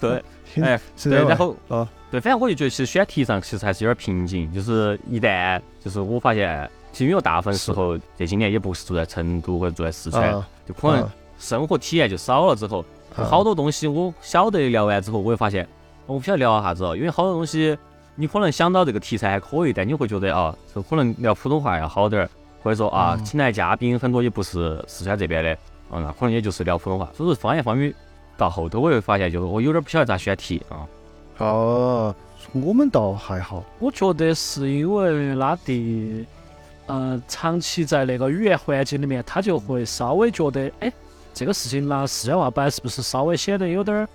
Speaker 2: [laughs] 对，哎，
Speaker 3: 是
Speaker 2: 对，
Speaker 3: 的
Speaker 2: 然后
Speaker 3: 哦
Speaker 2: 对，反正我就觉得其实选题上其实还是有点瓶颈，就是一旦就是我发现，其实因为我大部分时候这些年也不是住在成都或者住在四川，
Speaker 3: 啊，
Speaker 2: 就可能生活体验就少了之后，就好多
Speaker 3: 多
Speaker 2: 东西我晓得聊完之后，我会发现我不晓得聊啥子哦，因为好多东西你可能想到这个题材还可以，但你会觉得啊，就可能聊普通话要啊好点儿，或者说啊，
Speaker 3: 嗯
Speaker 2: 请来嘉宾很多也不是四川这边的，嗯，那可能也就是聊普通话，所以说方言方面到后头我会发现，就是哦我有点不晓得咋选题啊。
Speaker 3: 哦，我们倒还好，
Speaker 4: 我觉得是因为拉蒂，呃，长期在那个语言环境里面，他就会稍微觉得，哎，这个事情拿四川话摆是不是稍微显得有点儿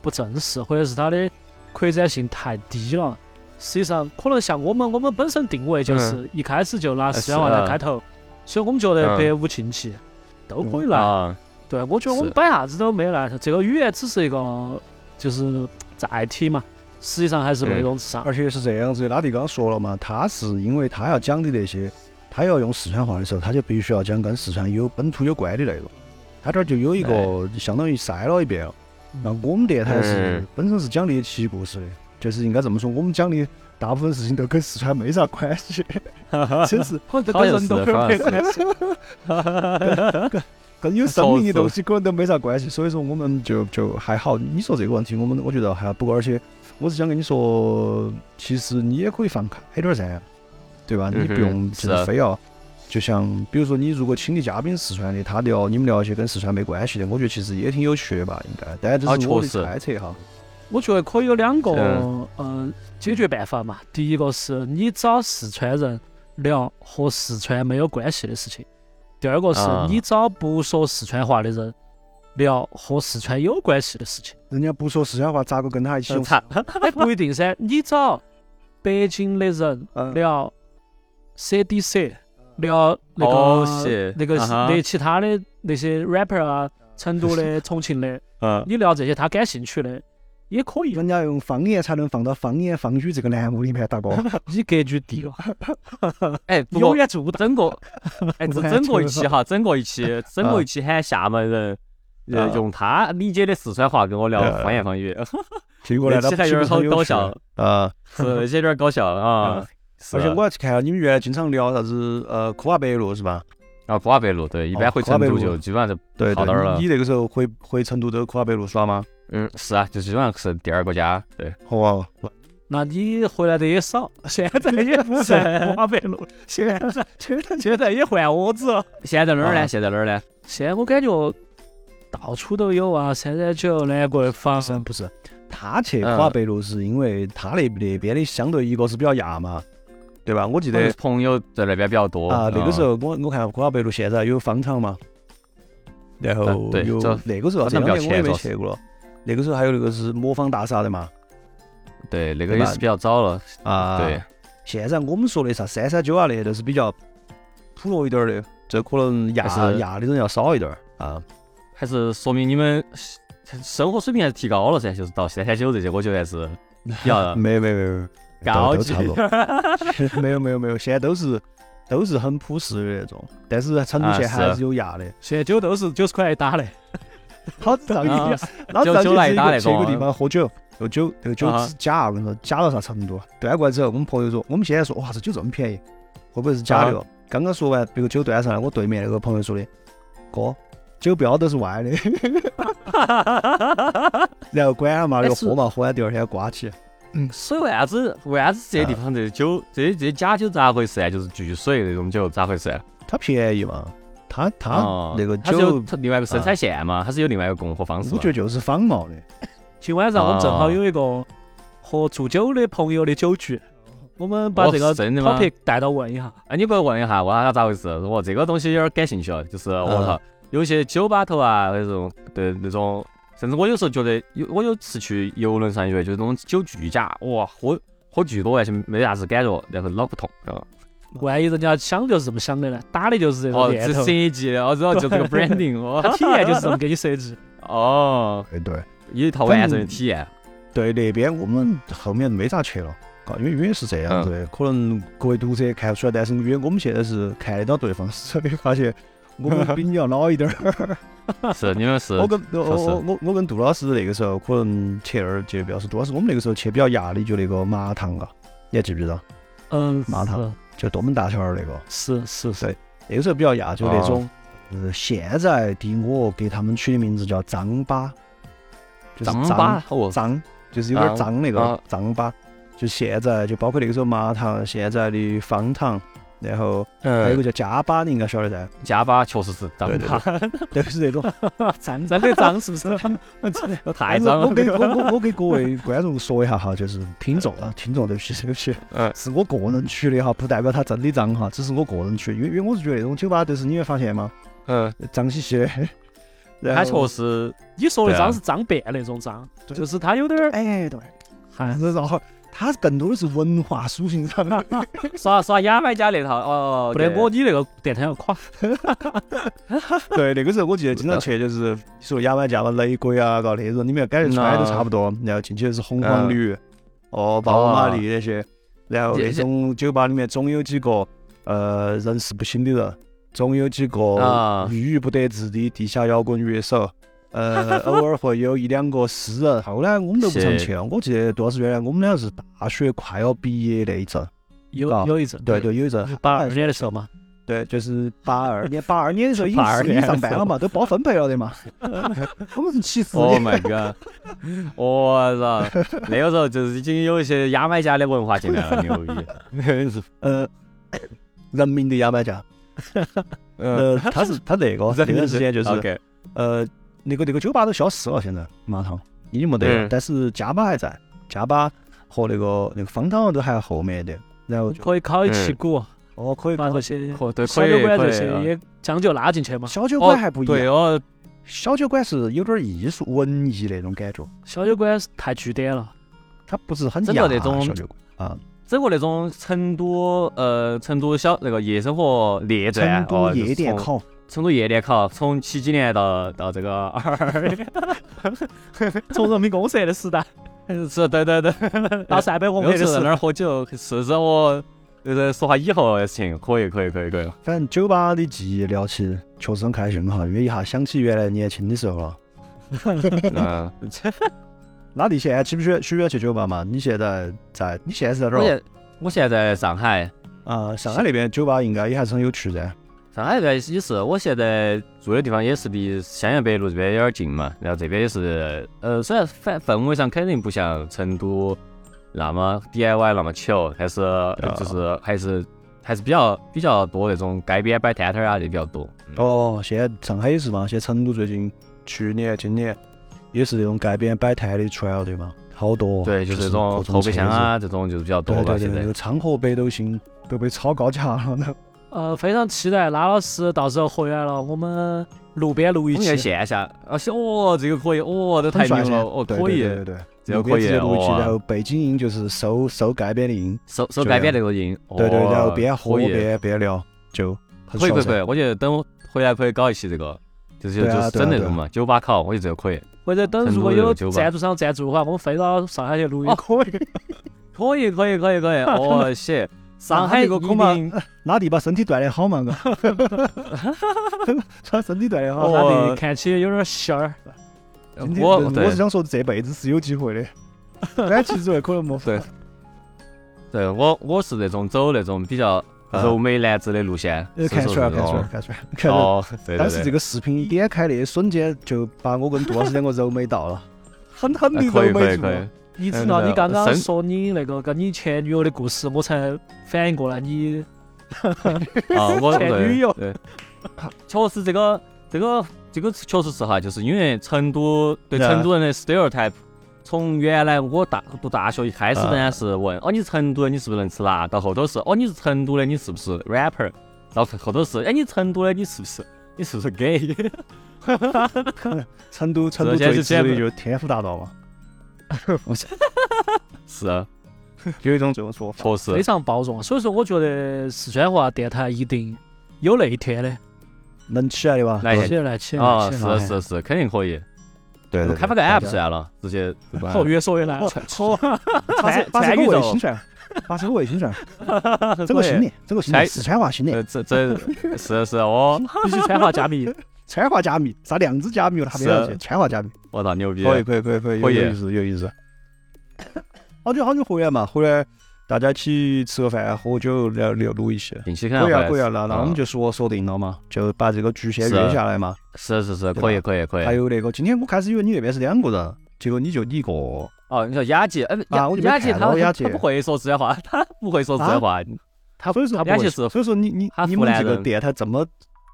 Speaker 4: 不正式，或者是它的扩展性太低了。实际上，可能像我们，我们本身定位就是一开始就拿四川话
Speaker 2: 是啊
Speaker 4: 来开头，所以我们觉得
Speaker 2: 嗯
Speaker 4: 百无禁忌，都可以来。
Speaker 2: 啊，
Speaker 4: 对，我觉得我们
Speaker 2: 是
Speaker 4: 摆啥子都没来，这个语言只是一个就是载体嘛，实际上还是内容至上。
Speaker 3: 而且是这样子的。拉蒂刚刚说了嘛，他是因为他要讲的那些，他要用四川话的时候，他就必须要讲跟四川有本土有关的内容。他这儿就有一
Speaker 2: 哎
Speaker 3: 个相当于筛了一遍了。那我们电台是
Speaker 2: 嗯
Speaker 3: 本身是讲猎奇故事的，就是应该这么说，我们讲的大部分事情都跟四川没啥关
Speaker 2: [laughs]
Speaker 3: 系，真是可能都
Speaker 2: 好
Speaker 3: 跟
Speaker 2: 像是
Speaker 3: 人都
Speaker 2: 反而
Speaker 3: 没
Speaker 2: 是 [laughs]
Speaker 3: 关系。跟有生命的东西可能都没啥关系，所以说我们就就还好。你说这个问题，我们我觉得还不过，而且我是想跟你说，其实你也可以放开点儿噻，对吧？
Speaker 2: 嗯哼
Speaker 3: 你不用就是
Speaker 2: 啊
Speaker 3: 是非要，就像比如说你如果请的嘉宾是四川的，他聊你们聊一些跟四川没关系的，我觉得其实也挺有趣的吧，应该。但
Speaker 2: 啊
Speaker 3: 这是我的
Speaker 2: 确实
Speaker 3: 猜测哈。
Speaker 4: [laughs] 我觉得可以有两个
Speaker 2: 嗯
Speaker 4: 呃解决办法嘛。第一个是你找四川人聊和四川没有关系的事情；第二个是
Speaker 2: 啊
Speaker 4: 你找不说四川话的人聊和四川有关系的事情。
Speaker 3: 人家不说四川话，咋个跟他一
Speaker 2: [laughs]
Speaker 3: 起用？
Speaker 2: 差，
Speaker 4: 哎，不一定噻，你找北京的人
Speaker 3: 嗯
Speaker 4: 聊 CDC，聊那个、
Speaker 2: 哦是
Speaker 4: 那个
Speaker 2: 啊哈
Speaker 4: 那其他的那些 rapper 啊，成都的、重庆
Speaker 2: [laughs]
Speaker 4: 的，
Speaker 2: 嗯，
Speaker 4: 你聊这些他感兴趣的也可以，
Speaker 3: 人家用方言才能放到方言方语这个栏目里面，
Speaker 2: [laughs]
Speaker 3: 大哥。
Speaker 4: 你格局低了，
Speaker 2: 哎，不过
Speaker 4: 永远做不到。
Speaker 2: 整个，哎，这整个一期哈，整个一期，整个一期喊厦门人，呃，
Speaker 3: 啊 [laughs]
Speaker 2: 用他理解的四川话跟我聊
Speaker 3: 啊
Speaker 2: 方呃言方语，
Speaker 3: 结果
Speaker 2: 那
Speaker 3: 来到
Speaker 2: 期还有点好搞
Speaker 3: [laughs]
Speaker 2: 笑，
Speaker 3: 啊！
Speaker 2: 是那些有点搞笑啊。是
Speaker 3: 而且我还去看到你们原来经常聊啥子呃科华北路是吧？
Speaker 2: 啊，瓜北路对，一般
Speaker 3: 哦
Speaker 2: 回
Speaker 3: 瓜
Speaker 2: 成
Speaker 3: 北
Speaker 2: 都
Speaker 3: 路
Speaker 2: 就基本上就，
Speaker 3: 对
Speaker 2: 跑到那儿
Speaker 3: 对，
Speaker 2: 了
Speaker 3: 你你那个时候回回成都都科华北路耍吗？
Speaker 2: 嗯，是啊，就基本上是第二个家，对，
Speaker 3: 哇，
Speaker 4: 那你回来的也少，现在也不在花白路，
Speaker 3: 现在现在
Speaker 4: 现在也换窝子了。
Speaker 2: 现在哪儿
Speaker 3: 啊
Speaker 2: 呢？现在哪儿呢？
Speaker 4: 现在我感觉到处都有啊，三三九、南国房
Speaker 3: 不，是不是，他去科华北路是因为他那那边的相对一个是比较压嘛，对吧？我记
Speaker 2: 我
Speaker 3: 得
Speaker 2: 朋友在那边比较多
Speaker 3: 啊，那个
Speaker 2: 嗯
Speaker 3: 时候我我看科华北路现在有方场嘛，然后
Speaker 2: 对
Speaker 3: 有
Speaker 2: 这
Speaker 3: 那个时候
Speaker 2: 方
Speaker 3: 这
Speaker 2: 场
Speaker 3: 两
Speaker 2: 比较
Speaker 3: 年我也没
Speaker 2: 浅
Speaker 3: 去过了，那个时候还有那个是魔方大厦的嘛
Speaker 2: 对那个
Speaker 3: 对
Speaker 2: 也
Speaker 3: 吧
Speaker 2: 是比较早了，
Speaker 3: 啊，
Speaker 2: 对，
Speaker 3: 现在我们说的啥三三九啊那些都是比较普罗一点儿的，这可能压
Speaker 2: 还是
Speaker 3: 压的人要少一点儿啊。
Speaker 2: 还是说明你们
Speaker 3: [laughs] 嗯
Speaker 2: 生活水平还是提高了噻，就是到三三九这些，我觉得还是比较
Speaker 3: 没没没没，
Speaker 2: 高
Speaker 5: 都都
Speaker 2: 级 [laughs] 啊
Speaker 5: 差不
Speaker 3: [laughs]
Speaker 5: 多。
Speaker 3: 没有没有没有，现在都是都是很朴实的那种，但是成都
Speaker 2: 啊
Speaker 3: 县还
Speaker 2: 是
Speaker 3: 是有压的。
Speaker 4: [laughs] 现在酒都是九十块一打的，
Speaker 3: 好仗义
Speaker 2: 啊
Speaker 3: 啊！老子
Speaker 2: 酒
Speaker 3: 上
Speaker 2: 酒来
Speaker 3: 去
Speaker 2: 打那
Speaker 3: 去去一个
Speaker 2: 个
Speaker 3: 地方喝酒，那个酒那个酒
Speaker 2: 啊
Speaker 3: 是假，我跟你说，假到啥程度啊？端过来之后，我们朋友说，我们现在说，哇，这酒这么便宜，会不会是假的？哦？刚刚说完，别个酒端上来，我对面那个朋友说的，哥，酒标都是歪的。然后管他妈的
Speaker 2: 哎是
Speaker 3: 喝嘛，喝完第二天刮起，
Speaker 2: 所以为啥子为啥子这些地方这些酒这些这些假酒咋回事啊呢？就是聚水那种酒咋回事呢？啊
Speaker 3: 它便宜嘛，它它
Speaker 2: 哦
Speaker 3: 啊那个
Speaker 2: 它是有
Speaker 3: 酒，
Speaker 2: 它另外一个生产线嘛，它是有另外一个供货方式
Speaker 3: 我
Speaker 2: 嘛。
Speaker 3: 觉得就是仿冒的。
Speaker 4: 今晚上我们正好有一个和做酒的朋友的酒局，我们把
Speaker 2: 哦
Speaker 4: 这个
Speaker 2: 是真的吗
Speaker 4: topic 带到问一下。
Speaker 2: 哎，你不要问一下，问下咋回事？我这个东西有点感兴趣了，啊就是
Speaker 3: 啊
Speaker 2: 我操，有些酒吧头啊，那种对那种，甚至我有时候觉得有，我有次去游轮上一回，就是那种酒巨假，哇，喝喝巨多完全没啥子感觉，然后脑壳痛，
Speaker 3: 哦
Speaker 2: 啊
Speaker 4: 万一人家想就是这么想的呢，打的就是这
Speaker 2: 哦，
Speaker 4: 种念
Speaker 2: 这
Speaker 4: 头，
Speaker 2: 设计的，哦，然后就这个 branding，哦
Speaker 4: 他，体验就是这么给你设计。
Speaker 2: 哦，
Speaker 5: 对对
Speaker 2: 有一套完整的体验，
Speaker 3: 对，那边我
Speaker 2: 嗯
Speaker 3: 们后面没咋去了，啊，因为因为是这样子的，可能各位读者看不出来，但是因为我们现在是看得到对方， [laughs] 所以发现我们比你要老一点儿。
Speaker 2: 是你们是
Speaker 3: 嗯
Speaker 2: 哦
Speaker 3: 我跟我
Speaker 2: 确实
Speaker 3: 我我我跟杜老师那个时候可能去那儿去，不要说杜老师，我们那个时候去比较压的就那个麻糖啊，你还记不记得？
Speaker 4: 嗯，
Speaker 3: 麻糖就东门大桥儿那个，
Speaker 4: 是是是，
Speaker 3: 那个时候比较压就那
Speaker 2: 哦
Speaker 3: 种，呃，现在的我给他们取的名字叫张巴，就是
Speaker 2: 张
Speaker 3: 张
Speaker 2: 巴，哦，
Speaker 3: 脏，就是有点
Speaker 2: 啊
Speaker 3: 脏那
Speaker 2: 啊
Speaker 3: 个脏吧。就现在，就包括那个时候麻糖，现在的方糖，然后还有
Speaker 2: 嗯
Speaker 3: 个，叫加巴，你应该晓
Speaker 2: [laughs]
Speaker 3: 得噻，
Speaker 2: 加巴确实是张
Speaker 3: 对
Speaker 2: 巴，
Speaker 3: 都是这种。
Speaker 4: [laughs] 脏脏的脏是不
Speaker 2: [laughs]
Speaker 4: 是？
Speaker 2: 太脏
Speaker 3: 我给我
Speaker 2: 了，
Speaker 3: 我我给各位 [laughs] 观众说一下哈，就是听众
Speaker 2: [laughs]
Speaker 3: 啊，听众对不起对不起，
Speaker 2: 嗯
Speaker 3: 是我个人取的哈，不代表它真的脏哈，只是我个人取，因为因为我是觉得那种酒吧都是你会发现吗，
Speaker 2: 嗯，
Speaker 3: 脏兮兮的。然
Speaker 2: 它
Speaker 3: 后
Speaker 2: 确实，
Speaker 4: 你说的
Speaker 2: 对啊
Speaker 4: 脏是脏变那种脏，
Speaker 3: 对
Speaker 4: 就是它有点儿
Speaker 3: 哎对，
Speaker 4: 还
Speaker 3: 然后它更多的是文化属性上啊的。
Speaker 2: 耍耍牙买加那套，哦，
Speaker 4: 不得
Speaker 2: 对
Speaker 4: 我你那个电台要垮。
Speaker 3: [laughs] 对，那个时候我记得经常去，就是说牙买加嘛、雷鬼啊，搞那种，你们感觉穿的都差不多，然后进去的是红黄绿，哦，宝马、
Speaker 2: 哦
Speaker 3: 玛丽那些，然后
Speaker 2: 这
Speaker 3: 那种酒吧里面总有几个呃人事不清的人，总有几
Speaker 2: 啊
Speaker 3: 个郁郁不得志的地下摇滚乐手。 [laughs] 呃，偶尔会有一两个诗人。后来我们都不常
Speaker 2: 是
Speaker 3: 去了。啊我记得杜老师原来我们俩是大学快要毕业那一阵，
Speaker 4: 有
Speaker 3: 啊
Speaker 4: 有一阵，
Speaker 3: 对，对，有一阵哎
Speaker 4: 八二年的时候嘛，
Speaker 3: 对，就是八二年，八二年的时候已经
Speaker 2: 82
Speaker 3: 是已经
Speaker 2: 年
Speaker 3: 上班了嘛，都包分配了
Speaker 2: [laughs]
Speaker 3: 的嘛。我们是七四
Speaker 2: ，Oh
Speaker 3: 年，
Speaker 2: my god！我操，那个时候就是已经有一些牙买加的文化进来了，牛
Speaker 3: [laughs]
Speaker 2: 逼！
Speaker 3: 呃， [coughs] 人民的牙买加，
Speaker 2: 嗯，
Speaker 3: 呃，
Speaker 2: [laughs]
Speaker 3: 他是他那个那段时间就是
Speaker 2: OK，
Speaker 3: 呃，那个那个酒吧都消失了，现在麻糖已经没得了，
Speaker 2: 嗯
Speaker 3: 但是加巴还在，加巴和那个那个方糖都还后面的，然后就
Speaker 4: 可以考一期鼓，
Speaker 3: 哦可以
Speaker 4: 把这些
Speaker 2: 嗯可对
Speaker 4: 小
Speaker 2: 可
Speaker 4: 酒
Speaker 2: 以
Speaker 4: 馆
Speaker 2: 可
Speaker 4: 这
Speaker 2: 以
Speaker 4: 些
Speaker 2: 啊，
Speaker 4: 也将就拉进去嘛。
Speaker 3: 小酒
Speaker 2: 哦
Speaker 3: 馆还不一
Speaker 2: 对
Speaker 3: 样，
Speaker 2: 哦，
Speaker 3: 小酒馆是有点艺术文艺那种感觉，
Speaker 4: 小酒馆是太据点了，
Speaker 3: 它不是很
Speaker 2: 真的
Speaker 3: 雅
Speaker 2: 那种
Speaker 3: 小酒馆啊，
Speaker 2: 整个那种成都呃成都小那个夜生活列
Speaker 3: 成
Speaker 2: 传，
Speaker 3: 都
Speaker 2: 哦，就是
Speaker 3: 夜店
Speaker 2: 从
Speaker 3: 烤，
Speaker 2: 成都夜店考，从七几年到到这个二，
Speaker 4: 从人民公社的
Speaker 2: [laughs]
Speaker 4: 时代
Speaker 2: 是，对对
Speaker 3: [laughs]
Speaker 2: 对，
Speaker 4: 到三百红
Speaker 2: 有
Speaker 4: 黑
Speaker 2: 次
Speaker 4: 的
Speaker 2: 在
Speaker 4: 时
Speaker 2: 那
Speaker 4: 代，
Speaker 2: 儿喝酒，是是我就是说下以后的事情，可以可以可以可以，
Speaker 3: 反正酒吧的记忆聊起确实很开心哈，因为一下想起原来年轻的时候了。
Speaker 2: 嗯，
Speaker 3: 拉弟现在喜不喜欢喜不喜欢去酒吧嘛？你现在在你现在是在哪
Speaker 2: 我
Speaker 3: 儿
Speaker 2: 现我现在在上海，
Speaker 3: 哦？啊，上海那边酒吧应该也还是很有趣噻。
Speaker 2: 上海这边也是，我现在住的地方也是离襄阳北路这边有点近嘛，然后这边也是，呃，虽然氛氛围上肯定不像成都那么 DIY 那么巧，但是
Speaker 3: 啊
Speaker 2: 就是还是还是比较比较多那种街边摆摊摊啊的比较多。
Speaker 3: 哦，现在上海也是嘛，现在成都最近去年、今年也是那种街边摆摊的出来了，对吗？好多哦。
Speaker 2: 嗯对，就是这种
Speaker 3: 各
Speaker 2: 后备箱
Speaker 3: 车子。
Speaker 2: 啊，这种就是比较多
Speaker 3: 对
Speaker 2: 吧。
Speaker 3: 对对，
Speaker 2: 现在
Speaker 3: 那个昌河北斗星都被炒高价了呢。
Speaker 4: 呃，非常期待拉老师到时候回来了，我们路边录一
Speaker 2: 我们在
Speaker 4: 期。
Speaker 2: 线下，啊，行哦，这个可以，哦， [laughs] 这太
Speaker 3: 很帅
Speaker 2: 牛
Speaker 3: 噻
Speaker 2: 了，哦，
Speaker 3: 对
Speaker 2: 可
Speaker 3: 对
Speaker 2: 以，
Speaker 3: 对对对，
Speaker 2: 这个可以啊
Speaker 3: 直接录一期，
Speaker 2: 哇
Speaker 3: 然后背景音就是收收街边的音，
Speaker 2: 手手
Speaker 3: 这
Speaker 2: 改
Speaker 3: 样
Speaker 2: 变那个音，
Speaker 3: 啊对对，
Speaker 2: 哦
Speaker 3: 然后边喝
Speaker 2: 可以
Speaker 3: 边边聊，就很
Speaker 2: 可以可以可
Speaker 3: 爽噻。
Speaker 2: 以，我觉得等我回来可以搞一期这个，就是
Speaker 3: 对啊
Speaker 2: 就是
Speaker 3: 对啊
Speaker 2: 整那
Speaker 3: 对啊
Speaker 2: 种嘛，酒吧烤，我觉得这个可以。
Speaker 4: 或者等
Speaker 2: 成
Speaker 4: 如
Speaker 2: 都
Speaker 4: 果
Speaker 2: 的那
Speaker 4: 有
Speaker 2: 个酒吧
Speaker 3: [laughs]
Speaker 4: 赞助商赞助的话，我们飞到上海去录一
Speaker 2: 哦
Speaker 4: 可以。
Speaker 2: 可以可以可以可 [laughs] 以，哦，谢。上海
Speaker 3: 那个恐怕
Speaker 2: 一定
Speaker 3: 拉弟把身体锻炼好
Speaker 2: [laughs]
Speaker 3: 嘛，哥，把身体锻炼好。
Speaker 2: 哦
Speaker 4: 拉弟看起有点仙儿，
Speaker 3: 今天
Speaker 2: 我
Speaker 3: 我
Speaker 2: 对
Speaker 3: 是想说这辈子是有机会
Speaker 2: [laughs]
Speaker 3: 的，但其实可能没法
Speaker 2: 对。对，我我是那种走那种比较
Speaker 3: 啊
Speaker 2: 柔美男子的路线，
Speaker 3: 呃，
Speaker 2: 是
Speaker 3: 看
Speaker 2: 说
Speaker 3: 出来，
Speaker 2: 这
Speaker 3: 看出来，
Speaker 2: 种
Speaker 3: 看出来，看出来。
Speaker 2: 哦，对
Speaker 3: 当时
Speaker 2: 对
Speaker 3: 这
Speaker 2: 对，
Speaker 3: 个视频一点开，那瞬间就把我跟杜老师两个柔美到了，狠狠的
Speaker 2: 哎
Speaker 3: 柔
Speaker 2: 可以可
Speaker 3: 美
Speaker 2: 以
Speaker 3: 住
Speaker 2: 可以
Speaker 3: 了。，
Speaker 4: 你知道
Speaker 2: 嗯
Speaker 4: 你刚刚
Speaker 2: 神
Speaker 4: 说你那个跟你前女友的故事，我才反应过来你
Speaker 3: [laughs]
Speaker 2: 啊，我
Speaker 4: 前女友
Speaker 2: 对，对确实这个这个这个确实是哈，就是因为成都对
Speaker 3: 对
Speaker 2: 成都人的 stereotype，从原来我大读大学一开始
Speaker 3: 啊
Speaker 2: 人家是问哦你是成都的你是不是能吃辣，到后头是哦你是成都的你是不是 rapper，到后头是哎你成都的你是不是你是不是 gay， [laughs]
Speaker 3: 成都成都
Speaker 2: 这些
Speaker 3: 最
Speaker 2: 是
Speaker 3: 值的
Speaker 2: 这样
Speaker 3: 就是天府大
Speaker 2: [laughs]
Speaker 3: 道嘛，
Speaker 2: 是啊
Speaker 3: 有一种这种说法。
Speaker 2: 确
Speaker 4: 非
Speaker 2: 实
Speaker 4: 常包容，啊所以说我觉得四川话电台一定有那一天的。
Speaker 3: 能起来的吧？
Speaker 2: 来
Speaker 4: 起来起
Speaker 2: 啊
Speaker 4: 来起来！
Speaker 2: 是是是肯定可以，
Speaker 3: 对
Speaker 2: 开发个 app 算了，直接对吧
Speaker 4: 哦，越说越难。
Speaker 3: 好， [laughs] 把这把这个卫星算，把这个卫 [laughs] 星算，整个新的，整个新的
Speaker 2: 哎
Speaker 3: 四川话新的，
Speaker 2: 呃，这这是啊哦是
Speaker 3: [laughs]
Speaker 2: 我
Speaker 4: 必须川话加密，
Speaker 3: 川话加密，啥量子加密了，他边上去，
Speaker 2: 是
Speaker 3: 川话加密，
Speaker 2: 我操牛逼！啊
Speaker 3: 可以可以可以
Speaker 2: 可以
Speaker 3: 有意思有意思。 [laughs] 好久好久回来嘛，回来大家一起吃个饭，喝酒聊聊录一期。
Speaker 2: 近期肯
Speaker 3: 可
Speaker 2: 定
Speaker 3: 以啊，
Speaker 2: 会
Speaker 3: 可以啊，那那我们就说说定了嘛，就把这个局限
Speaker 2: 是
Speaker 3: 约下来嘛。
Speaker 2: 是是是，
Speaker 3: 对
Speaker 2: 可以
Speaker 3: 吧
Speaker 2: 可以可
Speaker 3: 还
Speaker 2: 以。
Speaker 3: 有那个，今天我开始以为你那边是两个人，结果你就你一个。
Speaker 2: 哦，你说雅姐，哎，
Speaker 3: 啊我就没
Speaker 2: 雅姐
Speaker 3: 看
Speaker 2: 她
Speaker 3: 到雅
Speaker 2: 她
Speaker 3: 姐
Speaker 2: 她不会说四川话， [laughs] 她不会说四
Speaker 3: 啊
Speaker 2: 川话，她
Speaker 3: 所以说
Speaker 2: 她不会
Speaker 3: 所
Speaker 2: 说。
Speaker 3: 以说你你
Speaker 2: 他
Speaker 3: 你
Speaker 2: 湖
Speaker 3: 们
Speaker 2: 南
Speaker 3: 这个
Speaker 2: 人
Speaker 3: 电台这么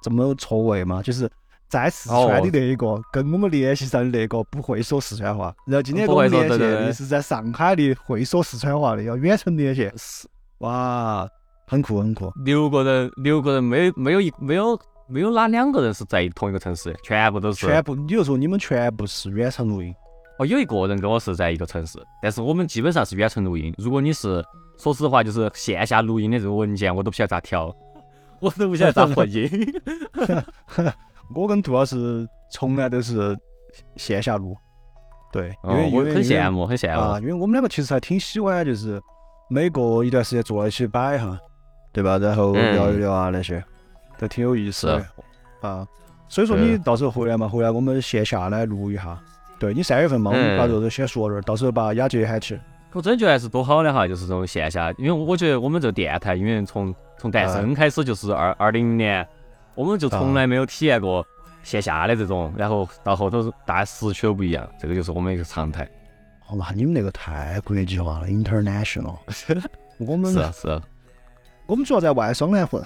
Speaker 3: 这么错位嘛？就是在四
Speaker 2: 哦
Speaker 3: 川的那一个跟我们联系上的那个不会说四川话，然后今天跟
Speaker 2: 不
Speaker 3: 我
Speaker 2: 会说
Speaker 3: 们联系
Speaker 2: 对对对
Speaker 3: 的是在上海的会说四川话的，要远程连线。
Speaker 2: 是
Speaker 3: 哇，很酷很酷。
Speaker 2: 六个人，六个人没有没有一没有没有哪两个人是在同一个城市，全部都是。
Speaker 3: 全部，你就说你们全部是远程录音，
Speaker 2: 哦，有一个人跟我是在一个城市，但是我们基本上是远程录音。如果你是说实话，就是线下录音的这个文件，我都不晓得咋调，我都不晓得咋混 [laughs] 音。
Speaker 3: 我跟杜老师从来都是线下录，对，因
Speaker 2: 哦
Speaker 3: 为、，
Speaker 2: 我
Speaker 3: 因为
Speaker 2: 很羡
Speaker 3: 慕。
Speaker 2: 慕，很羡
Speaker 3: 啊，
Speaker 2: 慕。
Speaker 3: 因为我们两个其实还挺喜欢，就是每隔一段时间坐到一起摆一下，对吧？然后
Speaker 2: 嗯
Speaker 3: 聊一聊啊那些，都挺有意思的啊。所以说你
Speaker 2: 是
Speaker 3: 到时候回来嘛，回来我们线下来录一下。对你三月份嘛，我们
Speaker 2: 嗯
Speaker 3: 把这个先说点儿，到时候把雅姐喊起。
Speaker 2: 我真觉得还是多好的哈，就是这种线下，因为我觉得我们这个电台，因为从从诞生开始就是二二零年，我们就从来没有体验过线下的这种，然后到后头是大家时区又不一样，这个就是我们一个常态。
Speaker 3: 好嘛，你们那个太国际化了，international。我
Speaker 2: [laughs]
Speaker 3: 们
Speaker 2: 是啊是啊。
Speaker 3: 我们主要在外双南混，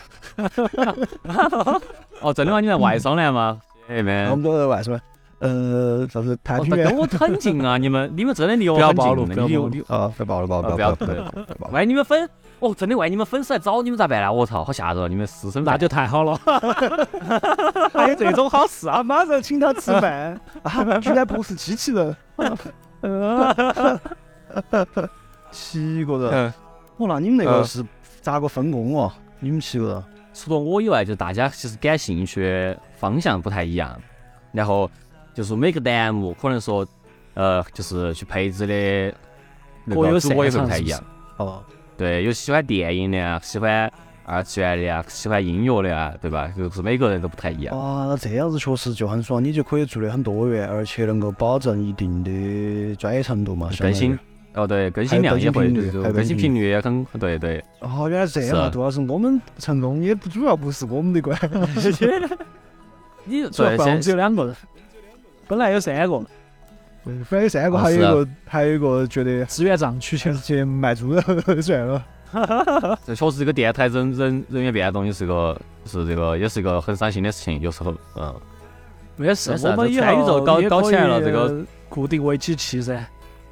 Speaker 2: 哦，真的吗？你在外商来吗？姐妹
Speaker 3: 我们
Speaker 2: 们，
Speaker 3: 都在外双，呃，啥子太
Speaker 2: 嗯哦
Speaker 3: 平
Speaker 2: 但
Speaker 3: 原
Speaker 2: 跟我很近啊！你们你们真的离我
Speaker 4: 不要
Speaker 2: 很
Speaker 4: 暴露
Speaker 2: 近
Speaker 4: 不
Speaker 2: 的，
Speaker 4: 要
Speaker 2: 你
Speaker 4: 暴
Speaker 2: 有
Speaker 4: 露
Speaker 2: 你有
Speaker 3: 啊，不要暴露，不要
Speaker 2: 啊
Speaker 3: 不
Speaker 2: 不
Speaker 3: 要
Speaker 2: 要
Speaker 3: 不要不要暴露。
Speaker 2: 万一你们粉哦，真的万一你们粉丝来找你们咋办呢？啊我操，好吓人！你们私生
Speaker 4: 那
Speaker 2: 饭
Speaker 4: 就太好了。
Speaker 2: 哎
Speaker 3: 还有这种好事啊！马上请他吃饭 [laughs] 啊！居然不是机
Speaker 2: [laughs]
Speaker 3: 器人，七个人。
Speaker 2: 嗯，
Speaker 3: 我那你们那个
Speaker 2: 嗯
Speaker 3: 是咋个分工哦？你们七个人
Speaker 2: 除了我以外，就大家其实感兴趣方向不太一样，然后就是每个栏目可能说，呃，就是去配置的那
Speaker 4: 各有
Speaker 2: 个主播也会
Speaker 4: 擅长
Speaker 2: 不太
Speaker 4: 是
Speaker 2: 一
Speaker 4: 不是
Speaker 2: 样。
Speaker 3: 哦，
Speaker 2: 对，有喜欢电影的啊，喜欢二次元的啊，喜欢音乐的啊，对吧？就是每个人都不太一样。
Speaker 3: 哇，那这样子确实就很爽，你就可以做得很多元，而且能够保证一定的专业程度嘛。相
Speaker 2: 更
Speaker 3: 当于
Speaker 2: 新。哦，对，更新量也
Speaker 3: 还
Speaker 2: 会，
Speaker 3: 有更新
Speaker 2: 就
Speaker 3: 频率
Speaker 2: 是
Speaker 3: 还有
Speaker 2: 更
Speaker 3: 更
Speaker 2: 新
Speaker 3: 新
Speaker 2: 频率也很，对对，
Speaker 3: 哦，原来是这
Speaker 2: 是
Speaker 3: 样啊！
Speaker 2: 啊
Speaker 3: 杜老师，我们成功也不主要不是我们的关系，
Speaker 4: [laughs] 你
Speaker 2: 主要
Speaker 4: 最后
Speaker 2: 怪我们
Speaker 4: 只
Speaker 2: 只
Speaker 4: 有两个人，本来有三个，
Speaker 3: 反正三个
Speaker 2: 啊
Speaker 3: 还有一
Speaker 2: 是啊
Speaker 3: 个还有一个觉得
Speaker 4: 志愿藏区
Speaker 3: 全
Speaker 4: 去
Speaker 3: 世界卖猪肉 [laughs] 算了。
Speaker 2: 这确实这个电台人人人员变动也是个，是这个也是一个很伤心的事情，有时候，嗯，
Speaker 4: 没得事
Speaker 2: 没，事
Speaker 4: 我们以
Speaker 2: 这参与
Speaker 4: 后
Speaker 2: 就搞
Speaker 4: 也
Speaker 2: 搞
Speaker 4: 可
Speaker 2: 起来了
Speaker 4: 以呃
Speaker 2: 这个
Speaker 4: 固定为几期噻。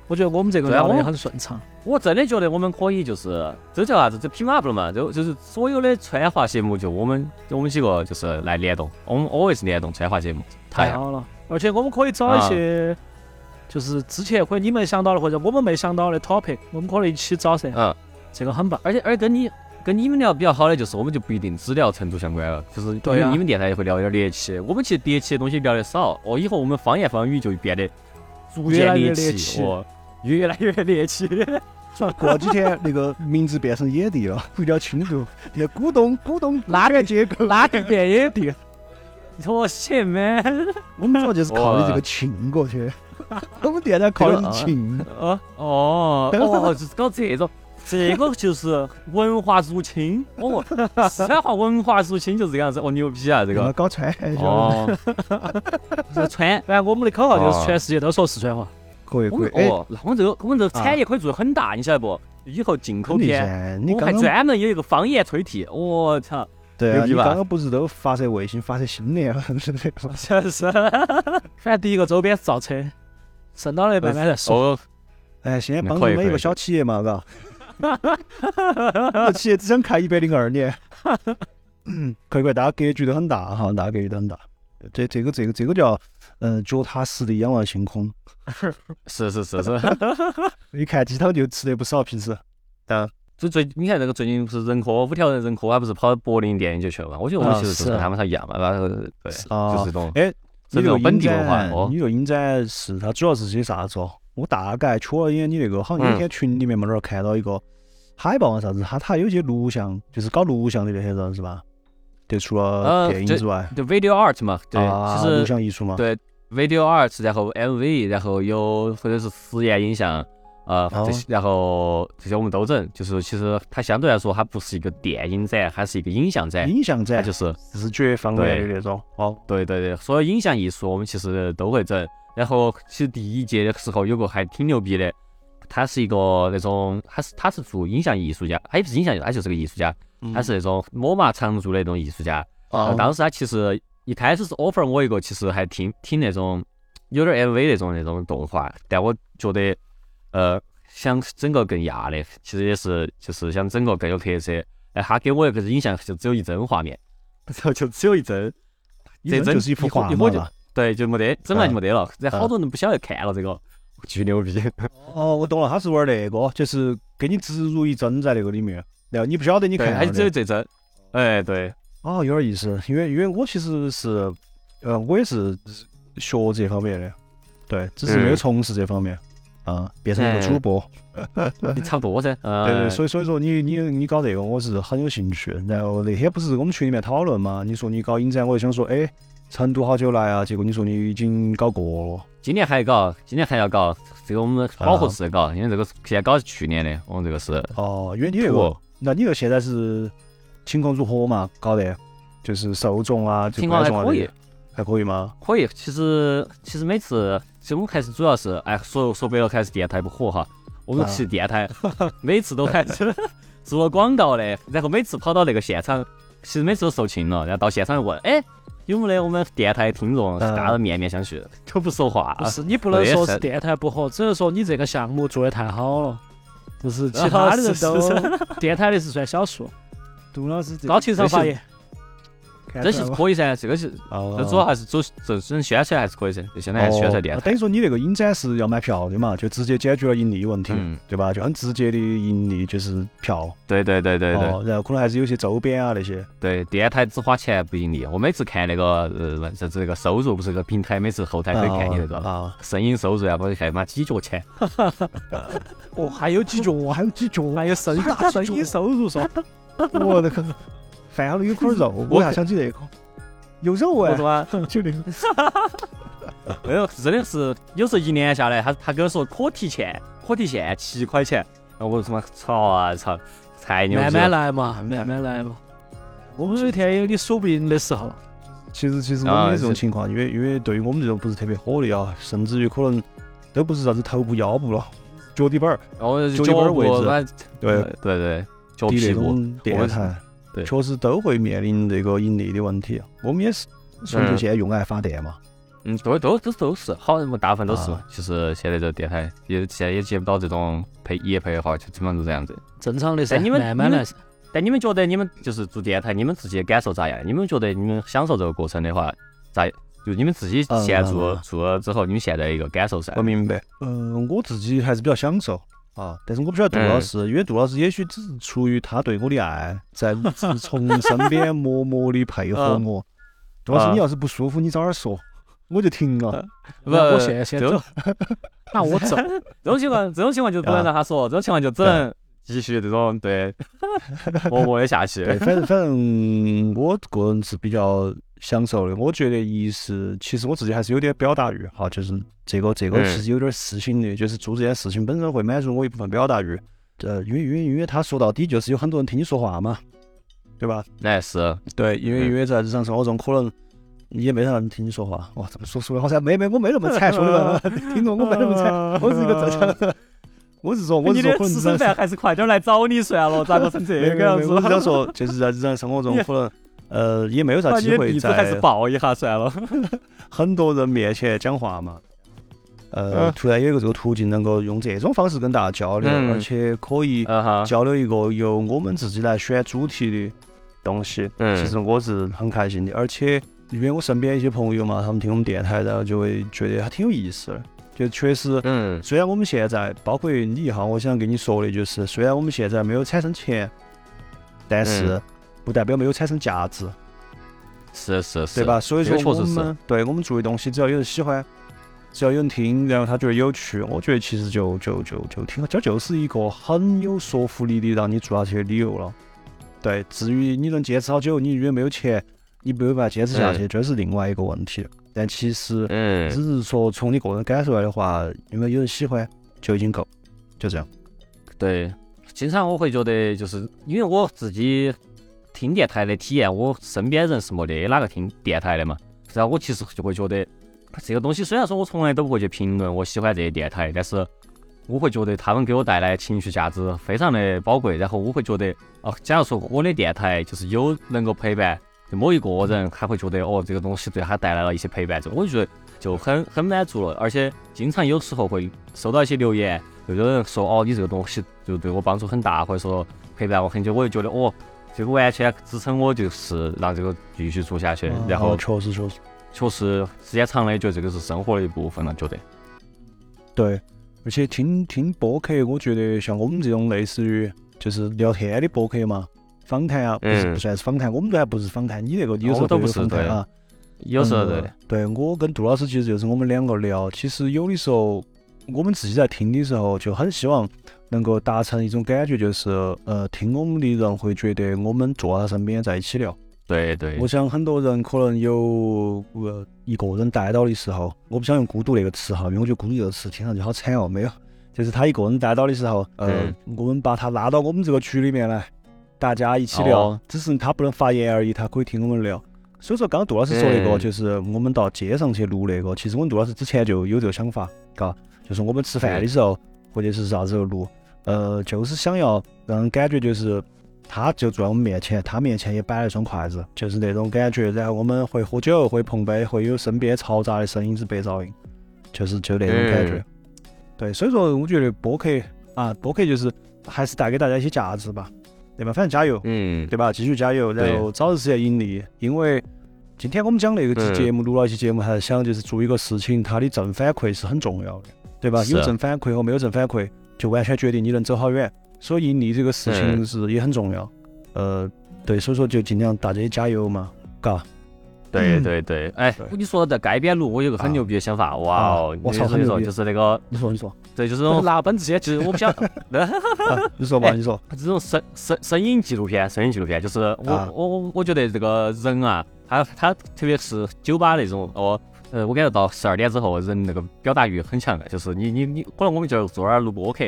Speaker 4: 我觉得我们这个
Speaker 2: 对啊
Speaker 4: 聊得
Speaker 2: 我
Speaker 4: 也很顺畅，
Speaker 2: 我真的觉得我们可以就是这叫啥子？这 team up 了嘛？就就是所有的川话节目，就我们我们几个就是来联动，我们 always 联动川话节目，
Speaker 4: 太
Speaker 2: 好啊
Speaker 4: 好了。而且我们可以找一些，就是之前可以你没想到的或者我们没想到的 topic，我们可能一起找噻，
Speaker 2: 嗯，
Speaker 4: 这个很棒。
Speaker 2: 而且而且跟你跟你们聊比较好的就是，我们就不一定只聊成都相关了，就是因
Speaker 4: 对
Speaker 2: 为
Speaker 4: 啊
Speaker 2: 你们电台也会聊一点猎奇，我们其实猎奇的东西聊得少，哦，以后我们方言方语就变得逐
Speaker 4: 越
Speaker 2: 渐
Speaker 4: 来越猎
Speaker 2: 奇，
Speaker 4: 奇
Speaker 2: 哦，越来越猎奇。 [laughs]
Speaker 3: 说过几天那个名字变成野地了， [laughs] 不聊清楚。那股东股东拉权结构，
Speaker 4: 哪个变野地？我去妈！
Speaker 3: 我们说就是靠你这个亲过去。 [laughs] 我们电台靠你亲，
Speaker 2: 哦哦哦，就是搞这种，这个就是文化入侵。 [laughs] 哦，四川话文化入侵就是这个样子。哦，牛逼啊，这
Speaker 3: 要
Speaker 2: 个。
Speaker 3: 搞传销。
Speaker 2: 哦，
Speaker 4: 在
Speaker 2: [laughs]
Speaker 4: 川，反正我们的口号就是
Speaker 2: 哦
Speaker 4: 全世界都说四川话。
Speaker 3: 可以
Speaker 2: 我
Speaker 3: 可
Speaker 2: 们
Speaker 3: 以，哎，
Speaker 2: 哦，那我们这个我们这个产业可以做得很大，你晓得不？以后进口
Speaker 3: 肯定
Speaker 2: 片，
Speaker 3: 噻。你
Speaker 2: 我们
Speaker 3: 刚
Speaker 2: 还
Speaker 3: 刚
Speaker 2: 专门有一个方言推替。我哦 [laughs] 操，
Speaker 3: 对
Speaker 2: 牛
Speaker 3: 啊，
Speaker 2: 逼
Speaker 3: 你
Speaker 2: 吧
Speaker 3: 刚刚不是都发射卫星发射新年了， [laughs] 是不是？
Speaker 4: 确实，反正第一个周边是造车，剩到的慢慢再说。
Speaker 2: 哦，
Speaker 3: 哎，现在帮
Speaker 2: 可以
Speaker 3: 助每一
Speaker 2: 可以
Speaker 3: 个小企业嘛，
Speaker 2: [laughs]
Speaker 3: 嘎。那企业只想看一百零二年， [coughs] 嗯可以可以，大家格局都很大哈，大家格局都很大。这这个这个这个叫，嗯，脚踏实地仰望星空。
Speaker 2: 是是是是。
Speaker 3: 一看鸡汤就吃得不少，平时。
Speaker 2: 就最你看那个最近不是任科五条人任科，他不是跑柏林电影节去了嘛？我觉得我们
Speaker 3: 啊
Speaker 2: 其实就是
Speaker 3: 是
Speaker 2: 跟他们他一样嘛，然后呃对，
Speaker 3: 啊
Speaker 2: 就是这种
Speaker 3: 哎，
Speaker 2: 是这
Speaker 3: 你
Speaker 2: 种
Speaker 3: 个
Speaker 2: 本
Speaker 3: 影
Speaker 2: 地文化
Speaker 3: 展
Speaker 2: 哦，
Speaker 3: 你个影展是它主要是些啥子哦？我大概瞧了一眼你那个，好
Speaker 2: 嗯
Speaker 3: 像那天群里面嘛那儿看到一个海报啊啥子，它它有些录像，就是搞录像的那些人是吧？就除了
Speaker 2: 呃
Speaker 3: 电影
Speaker 2: 这
Speaker 3: 之外，
Speaker 2: 就 video art 嘛，对，
Speaker 3: 啊，
Speaker 2: 其
Speaker 3: 录
Speaker 2: 实
Speaker 3: 像艺术嘛，
Speaker 2: 对 video art，然后 MV，然后有或者是实验影像，呃，
Speaker 3: 哦
Speaker 2: 这些然后这些我们都整，就是其实它相对来说它不是一个电影展，它是一个影像展，
Speaker 3: 影像
Speaker 2: 它
Speaker 3: 展
Speaker 2: 就、是
Speaker 3: 视觉方面的
Speaker 2: 对
Speaker 3: 那种。哦，
Speaker 2: 对对对，所有影像艺术我们其实都会整。然后其实第一届的时候有个还挺牛逼的，他是一个那种，他是他是做影像艺术家，他也不是影像艺术，他就是个艺术家，他是那种摸麻常驻的那种艺术家。
Speaker 3: 嗯啊
Speaker 2: 呃，当时他其实一开始是 offer 我一个，其实还挺挺那种有点 MV 那种那种动画，但我觉得呃想整个更压的，其实也是就是想整个更有特色。哎，他给我一个影像就只有一帧画面， [laughs] 然后就只有一帧，
Speaker 3: 一
Speaker 2: 这
Speaker 3: 人
Speaker 2: 帧
Speaker 3: 就是一幅画
Speaker 2: 一会儿
Speaker 3: 嘛嗯
Speaker 2: 就
Speaker 3: 嘎。
Speaker 2: 对，就没得，整完就没得了。然后好多人不晓得看了这
Speaker 3: [laughs]
Speaker 2: 个，巨牛逼。
Speaker 3: 哦，我懂了，他是玩那个，就是给你植入一帧在那个里面，然后你不晓得你
Speaker 2: 对，
Speaker 3: 看
Speaker 2: 他
Speaker 3: 到
Speaker 2: 就只有
Speaker 3: 的。
Speaker 2: 这帧。哎，对，
Speaker 3: 哦，有点意思，因为因为我其实是，呃，我也是学这方面的，对，只是没有
Speaker 2: 嗯
Speaker 3: 从事这方面。啊，变成一个主播， [laughs]
Speaker 2: 你差不多噻。
Speaker 3: 对对，
Speaker 2: 嗯，
Speaker 3: 所以所以说你你你搞这个我是很有兴趣。然后那天不是我们群里面讨论嘛，你说你搞影展，我就想说，哎，成都好久来啊？结果你说你已经搞过了，
Speaker 2: 今年还搞，今年还要搞，这个我们饱和式搞，因为这个是现在搞是去年的，我们这个是
Speaker 3: 哦，因为你那个
Speaker 2: 哦
Speaker 3: 那你又现在是情况如何嘛？搞得就是受众啊，就
Speaker 2: 情况
Speaker 3: 观
Speaker 2: 还
Speaker 3: 众啊
Speaker 2: 可
Speaker 3: 这
Speaker 2: 以
Speaker 3: 些，，还可以吗？
Speaker 2: 可以。其实其实每次，其实我们还是主要是，哎，说说白了还是电台不火哈。我们
Speaker 3: 啊
Speaker 2: 其实电台每次都还
Speaker 3: [laughs]
Speaker 2: 是做了广告的，然后每次跑到那个现场，其实每次都售罄了，然后到现场问，哎，有没得我们电台听众？
Speaker 3: 嗯
Speaker 2: 大家都面面相觑，都不说话
Speaker 4: 不。是，你不能说是电台不火，只能说你这个项目做的太好了。就是其他的人都
Speaker 2: 啊是，
Speaker 4: 电台的是算少数。
Speaker 3: 杜老师这
Speaker 4: 高情商发言，
Speaker 2: 这其实可以噻，这个是
Speaker 3: 哦
Speaker 2: 这主要还是主这这宣传还是可以噻，就相当于宣传电
Speaker 3: 哦
Speaker 2: 台。
Speaker 3: 等于说你那个影展是要买票的嘛，就直接解决了盈利问题，
Speaker 2: 嗯
Speaker 3: 对吧？就很直接的盈利就是票，
Speaker 2: 对对对对对
Speaker 3: 哦，然后可能还是有些周边啊那些，
Speaker 2: 对，电台只花钱不盈利。我每次看那个呃，啥子那个收入，不是有个平台，每次后台可以看你那个
Speaker 3: 啊，
Speaker 2: [laughs] 声音收入啊，包括看嘛几角钱。
Speaker 4: 哦，还有几角，
Speaker 3: 还有几脚，
Speaker 4: 还有声
Speaker 3: 还有
Speaker 4: 声
Speaker 3: 几角
Speaker 4: 音收入说，
Speaker 3: 我那个饭后有块
Speaker 2: [laughs]
Speaker 3: 肉，我还想起那个，有肉
Speaker 2: 我
Speaker 3: 哎
Speaker 2: 说，嘛，
Speaker 3: 就那个，
Speaker 2: [laughs] [laughs] 没有，真的是有时候一年下来，他他跟我说可提现，可提现七块钱，然后我他妈操啊操，太牛逼
Speaker 4: 慢
Speaker 2: 了！
Speaker 4: 慢来嘛，慢慢来嘛。我们有一天也有你数不赢的时候，
Speaker 3: 其实其实我
Speaker 2: 啊
Speaker 3: 们也这种情况，因为因为对于我们这种不是特别火的啊，甚至于可能都不是啥子头部、腰部了，脚底板儿，
Speaker 2: 然后
Speaker 3: 就
Speaker 2: 脚
Speaker 3: 一本儿
Speaker 2: 部
Speaker 3: 位置
Speaker 2: 那
Speaker 3: 对，
Speaker 2: 对对，脚
Speaker 3: 低
Speaker 2: 屁
Speaker 3: 那
Speaker 2: 股，
Speaker 3: 种电台，
Speaker 2: 对
Speaker 3: 确实都会面临这个盈利的问题。我们也是纯粹现在用爱啊发电嘛，
Speaker 2: 嗯，都都都都是，好像大部分都是嘛
Speaker 3: 啊。
Speaker 2: 其实现在这电台也现在也接不到这种配业配的话，就基本上都这样子。
Speaker 4: 正常的噻，
Speaker 2: 哎你们
Speaker 4: 慢慢来噻。
Speaker 2: 但你们觉得你们就是做电台，你们自己的感受咋样？你们觉得你们享受这个过程的话，咋？就你们自己
Speaker 3: 嗯
Speaker 2: 现在
Speaker 3: 嗯
Speaker 2: 做
Speaker 3: 嗯
Speaker 2: 做了之后，你们现在一个感受噻？
Speaker 3: 我明白。嗯，我自己还是比较享受啊，但是我不晓得杜老师，因为杜老师也许只是出于他对我的爱，在从身边默默的配合我。杜老师，
Speaker 2: 啊
Speaker 3: 你要是不舒服，你早点说。我就停了。
Speaker 2: 不，
Speaker 4: 那我现在先
Speaker 2: 这 [laughs]
Speaker 4: 走，那我走，
Speaker 2: 这种情况，这种情况就不能让他说，这种情况就只
Speaker 3: 嗯
Speaker 2: 能继续这种
Speaker 3: [laughs]
Speaker 2: 对默默的下去。
Speaker 3: 对，反正反正我个人是比较享受的。我觉得一是，其实我自己还是有点表达欲哈，就是这个这个
Speaker 2: 嗯
Speaker 3: 其实有点事情的，就是做这件事情本身会满足我一部分表达欲。呃，因为因为因为他说到底就是有很多人听你说话嘛，对吧？
Speaker 2: 那是，
Speaker 3: 对，因为
Speaker 2: 嗯
Speaker 3: 因为在日常生活中可能。也没啥人听你说话，哇！这么说说的好像没没我没那么惨，兄弟
Speaker 2: [laughs]
Speaker 3: 们，听懂我没那么惨，我是一个正常人。我是说，我
Speaker 2: 你
Speaker 3: 是说
Speaker 2: 的
Speaker 3: 可能
Speaker 2: 私
Speaker 3: 日常
Speaker 2: 生
Speaker 3: 生
Speaker 2: 饭还是快点来找你算了，咋个成这
Speaker 3: 没
Speaker 2: 个样子？
Speaker 3: 我只想说，就是在日常生活中
Speaker 2: 你，
Speaker 3: 可能呃也没有啥
Speaker 2: 把你
Speaker 3: 机
Speaker 2: 的
Speaker 3: 会
Speaker 2: 地址还是
Speaker 3: 在
Speaker 2: 报一下算了。
Speaker 3: 很多人面前讲话嘛。呃
Speaker 2: 嗯，
Speaker 3: 突然有一个这个途径，能够用这种方式跟大家交流，
Speaker 2: 嗯
Speaker 3: 而且可以
Speaker 2: 嗯哈，
Speaker 3: 交流一个由我们自己来选主题的东西。
Speaker 2: 嗯
Speaker 3: 其实我是很开心的，而且因为我身边一些朋友嘛，他们听我们电台，然后就会觉得还挺有意思的，就确实。
Speaker 2: 嗯
Speaker 3: 虽然我们现在，包括你哈，我想跟你说的就是，虽然我们现在没有产生钱，但是
Speaker 2: 嗯
Speaker 3: 不代表没有产生价值，
Speaker 2: 是是是，
Speaker 3: 对？吧？所以说
Speaker 2: 这个确
Speaker 3: 我
Speaker 2: 实是
Speaker 3: 们对我们做的东西，只要有人喜欢，只要有人听，然后他觉得有趣，我觉得其实就就就就挺好，这就是一个很有说服力的让你做下去的理由了。对，至于你能坚持好久，你因为没有钱，你没有办法坚持下去，这是另外一个问题。但其实
Speaker 2: 嗯
Speaker 3: 只是说从你个人感受来的话，因为有人喜欢就已经够，就这样。
Speaker 2: 对，经常我会觉得，就是因为我自己听电台的体验，我身边人是没得哪个听电台的嘛，然后我其实就会觉得这个东西，虽然说我从来都不会去评论我喜欢这些电台，但是我会觉得他们给我带来情绪价值非常的宝贵，然后我会觉得，哦、假如说我的电台就是有能够陪伴。就某一个人，他会觉得哦，这个东西对他带来了一些陪伴，就我就觉得就很很满足了。而且经常有时候会收到一些留言，有的人说哦，你这个东西就对我帮助很大，或者说陪伴我很久，我就觉得哦，这个完全支撑我就是让这个继续做下
Speaker 3: 哦
Speaker 2: 去。然后
Speaker 3: 啊确实确实
Speaker 2: 确实时间长了，觉得这个是生活的一部分了，觉得
Speaker 3: 对，而且听听播客，我觉得像我们这种类似于就是聊天的播客嘛，访谈啊，不是
Speaker 2: 嗯
Speaker 3: 不算是访谈，我们都还不是访谈，你那个有时
Speaker 2: 我
Speaker 3: 候
Speaker 2: 都
Speaker 3: 会
Speaker 2: 不
Speaker 3: 有
Speaker 2: 是
Speaker 3: 访谈啊，
Speaker 2: 有时候
Speaker 3: 嗯
Speaker 2: 对，
Speaker 3: 对我跟杜老师其实就是我们两个聊，其实有的时候我们自己在听的时候就很希望能够达成一种感觉，就是呃，听我们的人会觉得我们坐在他身边在一起聊。
Speaker 2: 对对
Speaker 3: 我，想很多人可能有呃一个人待到的时候，我不想用孤独那个词哈，因为我觉得孤独这个词听上去好惨哦，没有，就是他一个人待到的时候，
Speaker 2: 嗯
Speaker 3: 呃，我们把他拉到我们这个群里面来，大家一起聊，
Speaker 2: 哦
Speaker 3: 只是他不能发言而已，他可以听我们聊。所以说，刚刚杜老师说那个，
Speaker 2: 嗯
Speaker 3: 就是我们到街上去录那个，其实我们杜老师之前就有这个想法，嘎，就是我们吃饭的时候，或者是啥时候录，呃，就是想要让人感觉就是他就坐在我们面前，他面前也摆了一双筷子，就是那种感觉。然后我们会喝酒，会碰杯，会有身边嘈杂的声音是白噪音，就是就那种感觉。
Speaker 2: 嗯
Speaker 3: 对，所以说我觉得播客啊，播客就是还是带给大家一些价值吧，对吧？反正加油，
Speaker 2: 嗯，
Speaker 3: 对吧？继续加油，然后早日实现盈利。因为今天我们讲那个期
Speaker 2: 嗯
Speaker 3: 节目，录了一期节目，还是想就是做一个事情，它的正反馈是很重要的，对吧？
Speaker 2: 是
Speaker 3: 有正反馈和没有正反馈，就完全决定你能走好远。所以盈利这个事情
Speaker 2: 嗯
Speaker 3: 是也很重要。呃，对，所以说就尽量大家加油嘛，嘎。
Speaker 2: 对
Speaker 3: 嗯
Speaker 2: 对对，哎
Speaker 3: 对，
Speaker 2: 你说到在街边录，我有个很
Speaker 3: 啊
Speaker 2: 牛逼的想法，哇哦
Speaker 3: 啊，我
Speaker 2: 你
Speaker 3: 操
Speaker 2: 说
Speaker 3: 很
Speaker 2: 你
Speaker 3: 牛
Speaker 2: 说
Speaker 3: 逼
Speaker 2: 就是那个，
Speaker 3: 你说，你说，
Speaker 2: 对，就是那种拿本子些，就是我不想
Speaker 3: [laughs] 啊、你说吧，
Speaker 2: 哎
Speaker 3: 你说，
Speaker 2: 这种声声声音纪录片，声音纪录片，就是我、
Speaker 3: 啊
Speaker 2: 我我我觉得这个人啊，他他特别是酒吧那种哦，呃，我感觉到十二点之后，人那个表达欲很强的，啊就是你你你，可能我们就坐那儿录播客，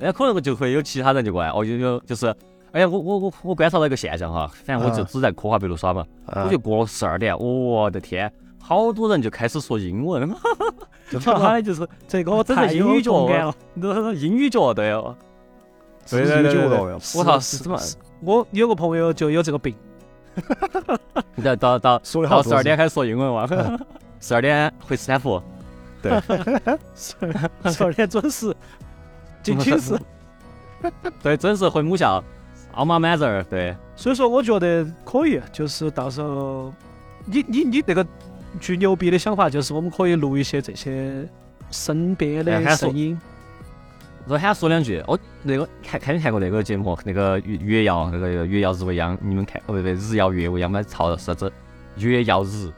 Speaker 2: 哎，可能就会有其他人就过来，哦，有有就是。哎呀，我我我我观察到一个现象哈，反正我就
Speaker 3: 啊
Speaker 2: 只在科华北路耍嘛，
Speaker 3: 啊
Speaker 2: 我就过了十二点，我的天，好多人就开始说英文， [laughs]
Speaker 3: 就
Speaker 2: 他的就是
Speaker 4: 这个我
Speaker 2: 真的
Speaker 4: 太
Speaker 2: 英
Speaker 4: 有
Speaker 2: 语角
Speaker 4: 同感了。
Speaker 2: 英语角对哦，
Speaker 3: 对对对对对
Speaker 2: 我操，
Speaker 4: 是
Speaker 2: 是怎么？
Speaker 4: 是我有个朋友就有这个病，
Speaker 2: 到到到
Speaker 3: 说的好
Speaker 2: 到
Speaker 3: 多
Speaker 2: 十二点开始说英文哇
Speaker 3: 嗯，
Speaker 2: 十二点回斯坦福，
Speaker 4: 十二点准时进寝室。
Speaker 2: 对，真是回母校，on my mother，对，
Speaker 4: 所以说，我觉得可以，就是到时候你你你那个巨牛逼的想法，就是我们可以录一些这些身边
Speaker 2: 哎
Speaker 4: 的
Speaker 2: 还说
Speaker 4: 声音。
Speaker 2: 然后喊说两句，哦，那个看看没看过那个节目，那个月月曜，那个月曜日未央，你们看哦不对，日曜月未央嘛，操啥子？月曜日，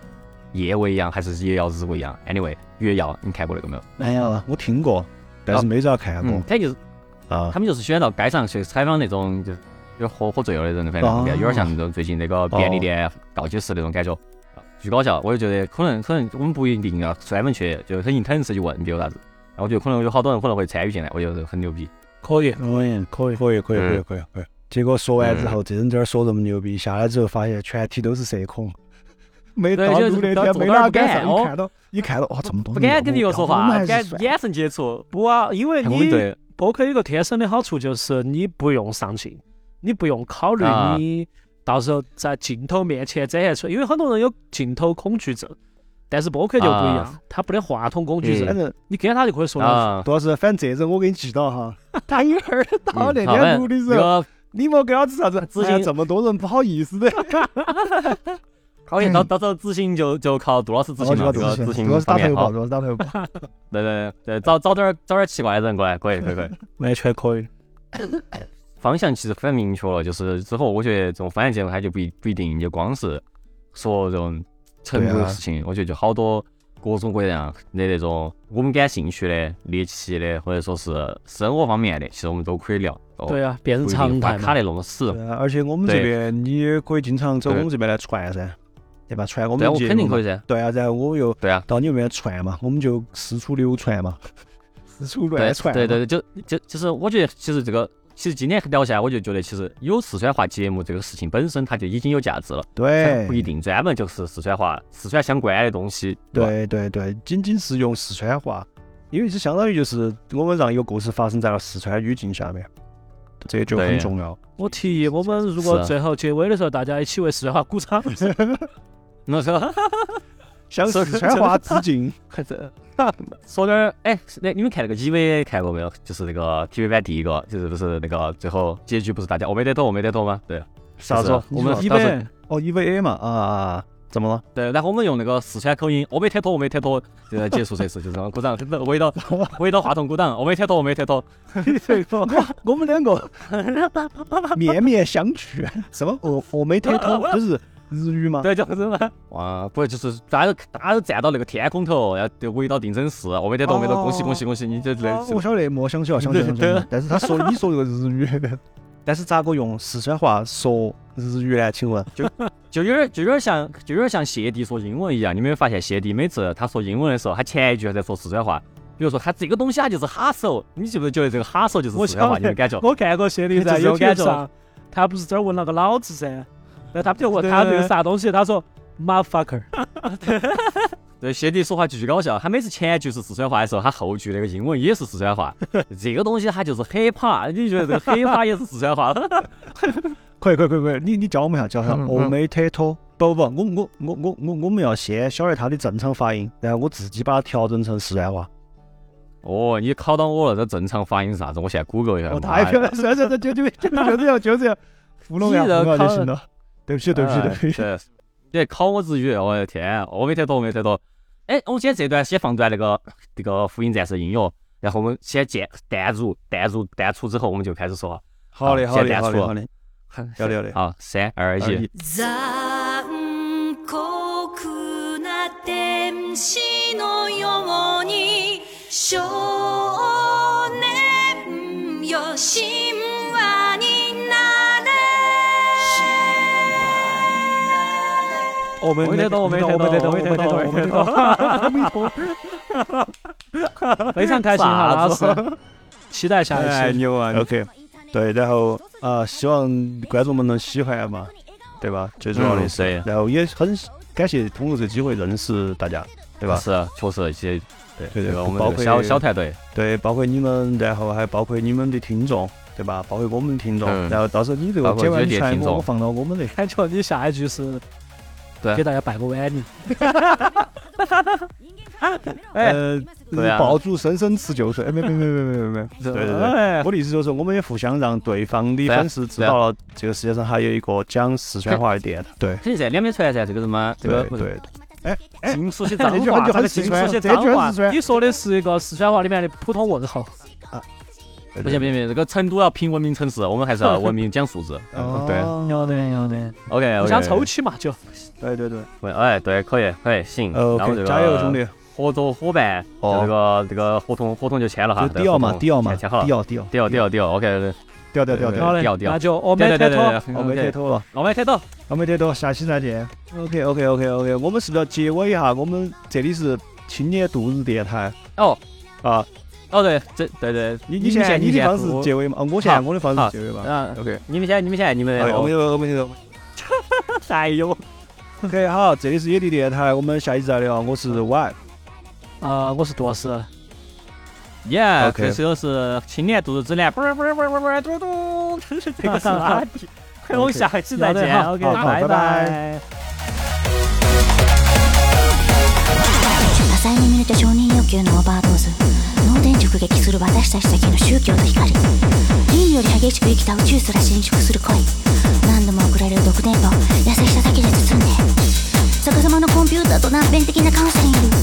Speaker 2: 夜未央还是也要日未央？Anyway，月曜你看过那个没有？
Speaker 3: 哎呀，我听过，但是没咋看过
Speaker 2: 嗯，他就是
Speaker 3: 啊。
Speaker 2: 他们就是喜欢到街上去采访那种就有点喝喝醉了的人，反正那种感觉有点像那种最近那个便利店啊倒计时那种感觉，巨搞笑。我就觉得可能可能我们不一定要专门去，就很肯定是去问，比如啥子。然后我觉得可能有好多人可能会参与进来，我觉得很牛逼。
Speaker 4: 可以，
Speaker 3: 可以，
Speaker 4: 可以，
Speaker 3: 可
Speaker 2: 嗯
Speaker 3: 以，可以，可以，可以，可以。结果说完之后，这人在这儿说这么牛逼，下来之后发现全体都是社恐， [laughs] 没
Speaker 2: 对
Speaker 3: 到
Speaker 2: 就是
Speaker 3: 路那
Speaker 2: 到
Speaker 3: 天
Speaker 2: 走
Speaker 3: 没
Speaker 2: 道儿
Speaker 3: 哪
Speaker 2: 不
Speaker 3: 敢
Speaker 2: 敢
Speaker 3: 上，
Speaker 2: 哦
Speaker 3: 一看到一看到哇，这么多
Speaker 2: 不
Speaker 3: 人
Speaker 2: 敢跟
Speaker 3: 我
Speaker 2: 你又
Speaker 3: 要
Speaker 2: 说
Speaker 3: 不我们
Speaker 2: 话，
Speaker 3: 还
Speaker 2: 不
Speaker 3: 是
Speaker 2: 敢
Speaker 3: 算
Speaker 2: 眼神接触。
Speaker 4: 不啊，因为
Speaker 2: 看我们
Speaker 4: 你
Speaker 2: 队，
Speaker 4: 播客有个天生的好处就是你不用上镜，你不用考虑
Speaker 2: 啊
Speaker 4: 你到时候在镜头面前展现出来，因为很多人有镜头恐惧症，但是播客就不一样
Speaker 2: 啊，
Speaker 4: 他不得话筒恐惧
Speaker 3: 反
Speaker 4: 症，
Speaker 3: 正
Speaker 4: 你跟他就可以说两句。
Speaker 2: 啊，
Speaker 3: 杜老师，反正这人我给你记到哈，他一会儿到那
Speaker 2: 嗯好
Speaker 3: 天录的时
Speaker 2: 那
Speaker 3: 候，
Speaker 2: 个
Speaker 3: 你莫给老子啥子，
Speaker 2: 执
Speaker 3: 哎呀
Speaker 2: 行
Speaker 3: 这么多人不好意思的，
Speaker 2: 考验到到时候执行就就靠杜老师执行
Speaker 3: 哦
Speaker 2: 了，这个执行
Speaker 3: 杜老师
Speaker 2: 方
Speaker 3: 打头
Speaker 2: 面
Speaker 3: 炮，
Speaker 2: 好
Speaker 3: 杜。老师打
Speaker 2: [laughs]
Speaker 3: 头炮，
Speaker 2: 对对对，找找点找点奇怪的人过来，可以可以可以。
Speaker 4: 完全可以。
Speaker 2: 方向其实很明确了，就是之后我觉得这种方向节目它就不一不一定就光是说这种成都
Speaker 3: 对
Speaker 2: 的
Speaker 3: 啊
Speaker 2: 事情，我觉得就好多各种各样的那种我们感兴趣的、猎奇的，或者说是生活方面的，其实我们都可以聊。哦、
Speaker 4: 对啊，变成
Speaker 2: 不一
Speaker 4: 常
Speaker 2: 定把
Speaker 4: 态
Speaker 2: 卡
Speaker 4: 嘛。
Speaker 2: 得弄死。
Speaker 3: 对啊而且我们这
Speaker 2: 对
Speaker 3: 边你也可以经常走我
Speaker 2: 对
Speaker 3: 们这边来传噻，对吧？传我
Speaker 2: 对
Speaker 3: 们
Speaker 2: 啊，我肯定可
Speaker 3: 以，
Speaker 2: 以噻。
Speaker 3: 对啊，然后我又
Speaker 2: 对啊，
Speaker 3: 到你那边传嘛，我们就四处流传嘛， [laughs] 四处
Speaker 2: 对
Speaker 3: 乱传，
Speaker 2: 对，对，就就就是我觉得其实这个。其实今天聊下来，我就觉得其实有四川话节目这个事情本身，它就已经有价值了。
Speaker 3: 对
Speaker 2: 不一定专门就是四川话、四川相关的东西，吧？
Speaker 3: 对对对，仅仅是用四川话，因为这相当于就是我们让一个故事发生在了四川语境下面，这就
Speaker 2: 对
Speaker 3: 很重要。
Speaker 4: 我提议，我们如果
Speaker 2: 是啊
Speaker 4: 最后结尾的时候，大家一起为四川话鼓掌， [laughs]
Speaker 2: 那时候
Speaker 3: 向四川话致
Speaker 2: [laughs]
Speaker 3: 敬，
Speaker 2: 说点儿，哎，是那你们看那个 EVA 看过没有？就是那个 TV 版第一个，就是不是那个最后结局不是大家哦没得懂，哦没得懂吗？对
Speaker 3: 啥子
Speaker 2: 是？我们
Speaker 3: 一
Speaker 2: 当时
Speaker 3: 本哦，EVA 嘛啊啊，啊怎么了？
Speaker 2: [laughs] 对，然后我们用那个四川口音，哦没得懂，哦没得懂，呃结束这次，就是鼓掌，围 [laughs] 到围到话筒鼓掌，哦没得懂，哦没得懂，
Speaker 3: [laughs] 我们
Speaker 2: [laughs]
Speaker 3: 两个面面相觑，什么峨峨眉铁
Speaker 2: [laughs]
Speaker 3: 头，就是日语嘛。
Speaker 2: 对，就是嘛，哇，不就是大家都大家都站到那个天空头，哎然后就围到定真寺，哦没得懂，哦没得懂，恭喜恭喜恭喜，你这类
Speaker 3: 哦我晓得，莫想起了，想起了，想起
Speaker 2: 对
Speaker 3: 了。但是他说你说这个日语，但是咋个用四川话说日语呢？请问？
Speaker 2: 就有点就有点像就有点像谢帝说英文一样，你没有发现谢帝每次他说英文的时候，他前一句还在说四川话。比如说，他这个东西啊，就是哈手，你记不记得这个哈手就是
Speaker 4: 我
Speaker 2: 四川话，
Speaker 4: 晓
Speaker 2: 你
Speaker 4: 得
Speaker 2: 们感觉？ [laughs]
Speaker 4: 我看过谢霆在
Speaker 2: 就是这种
Speaker 4: YouTube
Speaker 2: 感觉
Speaker 4: 上，他不是这儿问了个老子噻，那他不就问他这个啥东西，他说 motherfucker，
Speaker 2: 对，谢帝说话巨搞笑，他每次前一句是四川话的时候，他后句那个英文也是四川话。 [laughs] 这个东西他就是 hiphop，你觉得这个 hiphop 也是四川话？ [laughs]
Speaker 3: 可以可以可以可以，你你教我们一下，教一下。峨眉铁托，不不，我我我我我我们要先晓得它的正常发音，然后我自己把它调整成四川话。
Speaker 2: 哦，你考到我了，这正常发音是啥子？我现在 Google 一下。
Speaker 3: 哦，
Speaker 2: 妈
Speaker 3: 太
Speaker 2: 呀
Speaker 3: 漂亮！算算算，就就就就这样，就这样，糊弄一下糊弄一下就行了。对不起对不起对不起。
Speaker 2: 哎对，你考我日语，我的天，我没得多，我没得多。哎，我们先这段先放段那个这个福音战士音乐，然后我们先渐淡入淡入淡出之后，我们就开始说话。
Speaker 3: 好嘞
Speaker 2: 好
Speaker 3: 好
Speaker 2: 先
Speaker 3: 嘞
Speaker 2: 淡
Speaker 3: 好嘞
Speaker 2: 出
Speaker 3: 好嘞，要得要得。
Speaker 2: 好，三二
Speaker 3: 二
Speaker 2: 一
Speaker 3: 一，
Speaker 5: 残酷な天使のように少年よ神話になれ
Speaker 4: [laughs] 我们
Speaker 2: 没得懂，没得懂，
Speaker 4: 我们
Speaker 2: 没得
Speaker 4: 得懂，
Speaker 2: 懂，没
Speaker 4: 我们
Speaker 2: 得
Speaker 4: 得
Speaker 2: 懂，
Speaker 4: 懂，我
Speaker 2: 没
Speaker 4: 们
Speaker 2: 得
Speaker 4: 得懂。 [laughs] 非常开心哈，
Speaker 2: 啥
Speaker 4: 老
Speaker 2: 子
Speaker 4: 师，期待下
Speaker 3: 哎
Speaker 4: 一期。
Speaker 3: 牛啊！OK，对，然后啊、希望观众们能喜欢嘛，对吧？最重要的是，
Speaker 2: 嗯对，
Speaker 3: 然后也很感谢通过这个机会认识大家，对吧？
Speaker 2: 是，确实一些对
Speaker 3: 对
Speaker 2: 这个我们
Speaker 3: 包
Speaker 2: 这
Speaker 3: 括
Speaker 2: 个小小团队，
Speaker 3: 对，包括你们，然后还包括你们的听众，对吧？包括我们的听众，
Speaker 2: 嗯
Speaker 3: 然后到时候你这
Speaker 2: 包
Speaker 3: 个
Speaker 2: 括
Speaker 3: 剪完
Speaker 2: 这些
Speaker 3: 全
Speaker 2: 听众
Speaker 3: 我我放到我们的，
Speaker 4: 感觉你下一句是
Speaker 2: 对
Speaker 4: 给大家拜个晚年。
Speaker 2: 哎
Speaker 3: 呃，
Speaker 2: 对啊
Speaker 3: 爆竹声声辞旧岁，哎，没没没没没
Speaker 2: [laughs]
Speaker 3: 没没，对对对。
Speaker 4: 哎，
Speaker 3: 我的意思就是，我们也互相让对方的
Speaker 2: 对啊
Speaker 3: 粉丝知
Speaker 2: 对啊
Speaker 3: 道了，这个世界上还有一个讲四川话的电台。对
Speaker 2: 肯定噻，两边传噻，这个什么这
Speaker 3: 对
Speaker 2: 个
Speaker 3: 对，
Speaker 2: 金属些脏
Speaker 3: 这句
Speaker 2: 话，
Speaker 3: 话就
Speaker 2: 这
Speaker 3: 很
Speaker 2: 个
Speaker 3: 四
Speaker 2: 金
Speaker 3: 川
Speaker 2: 属些
Speaker 3: 这
Speaker 2: 脏
Speaker 3: 句
Speaker 2: 话
Speaker 3: 很四，川。
Speaker 4: 你说的是一个四川话里面的普通问候，
Speaker 2: 不行不行不行，这个成都要评文明城市，我们还是要文明讲素质。
Speaker 3: 哦
Speaker 2: 对
Speaker 4: 要得要得，
Speaker 2: ，OK，
Speaker 4: 互相抽起嘛就。
Speaker 3: 对对对，
Speaker 2: 喂，哎，对，可以，可以，行，那我们这
Speaker 3: OK，
Speaker 2: 个
Speaker 3: 加油兄弟！
Speaker 2: 合作伙伴，就
Speaker 3: 哦
Speaker 2: 这个这个合同合同就签了哈，
Speaker 3: 就迪奥嘛，迪奥嘛，
Speaker 2: 签
Speaker 3: 迪
Speaker 2: 好了，
Speaker 3: 奥迪奥
Speaker 2: 迪奥迪奥迪奥，OK，
Speaker 3: 迪奥迪奥迪奥迪
Speaker 2: 对
Speaker 3: 奥，
Speaker 4: 好嘞
Speaker 2: 调，调
Speaker 4: 那就我
Speaker 2: 对
Speaker 4: 们
Speaker 2: 对对
Speaker 4: 开
Speaker 2: 对
Speaker 4: 脱，
Speaker 2: 对，
Speaker 3: 我们开，头了。
Speaker 2: 我们开头，
Speaker 3: 我们得到，下期再见。OK OK OK OK，我们是不是要结尾一下？我们这里是青年度日电台
Speaker 2: 哦
Speaker 3: 啊，
Speaker 2: 哦对，这对对，
Speaker 3: 你
Speaker 2: 你
Speaker 3: 你现在
Speaker 2: 先
Speaker 3: 你的
Speaker 2: 先
Speaker 3: 方式
Speaker 2: 我
Speaker 3: 结尾嘛？哦我现在我的方
Speaker 2: 好
Speaker 3: 式结尾嘛
Speaker 2: 啊，
Speaker 3: ？OK，
Speaker 2: 你们先你们先你们，
Speaker 3: 哎，我们
Speaker 2: 哦
Speaker 3: 就我们就
Speaker 2: 哎呦，
Speaker 3: OK 好，这里是野地电台，我们下期再聊。我是 Y，
Speaker 4: 啊，我是杜老师。
Speaker 2: 耶，
Speaker 3: OK
Speaker 2: 这首是青年度日指南，不是不是不是不是，嘟嘟，这是这个是垃圾，我们下期再见
Speaker 4: 好的
Speaker 2: ，OK，
Speaker 3: 好好
Speaker 2: 拜
Speaker 3: 拜拜
Speaker 2: 拜。
Speaker 6: 浅に見れた承認欲求のオーバードーズ脳電磁を撃する私たちだけの宗教の光銀より激しく生きた宇宙すら伸縮する恋何度も送られる毒電波を優しさだけで包んで逆さまのコンピューターと難弁的なカウンセリング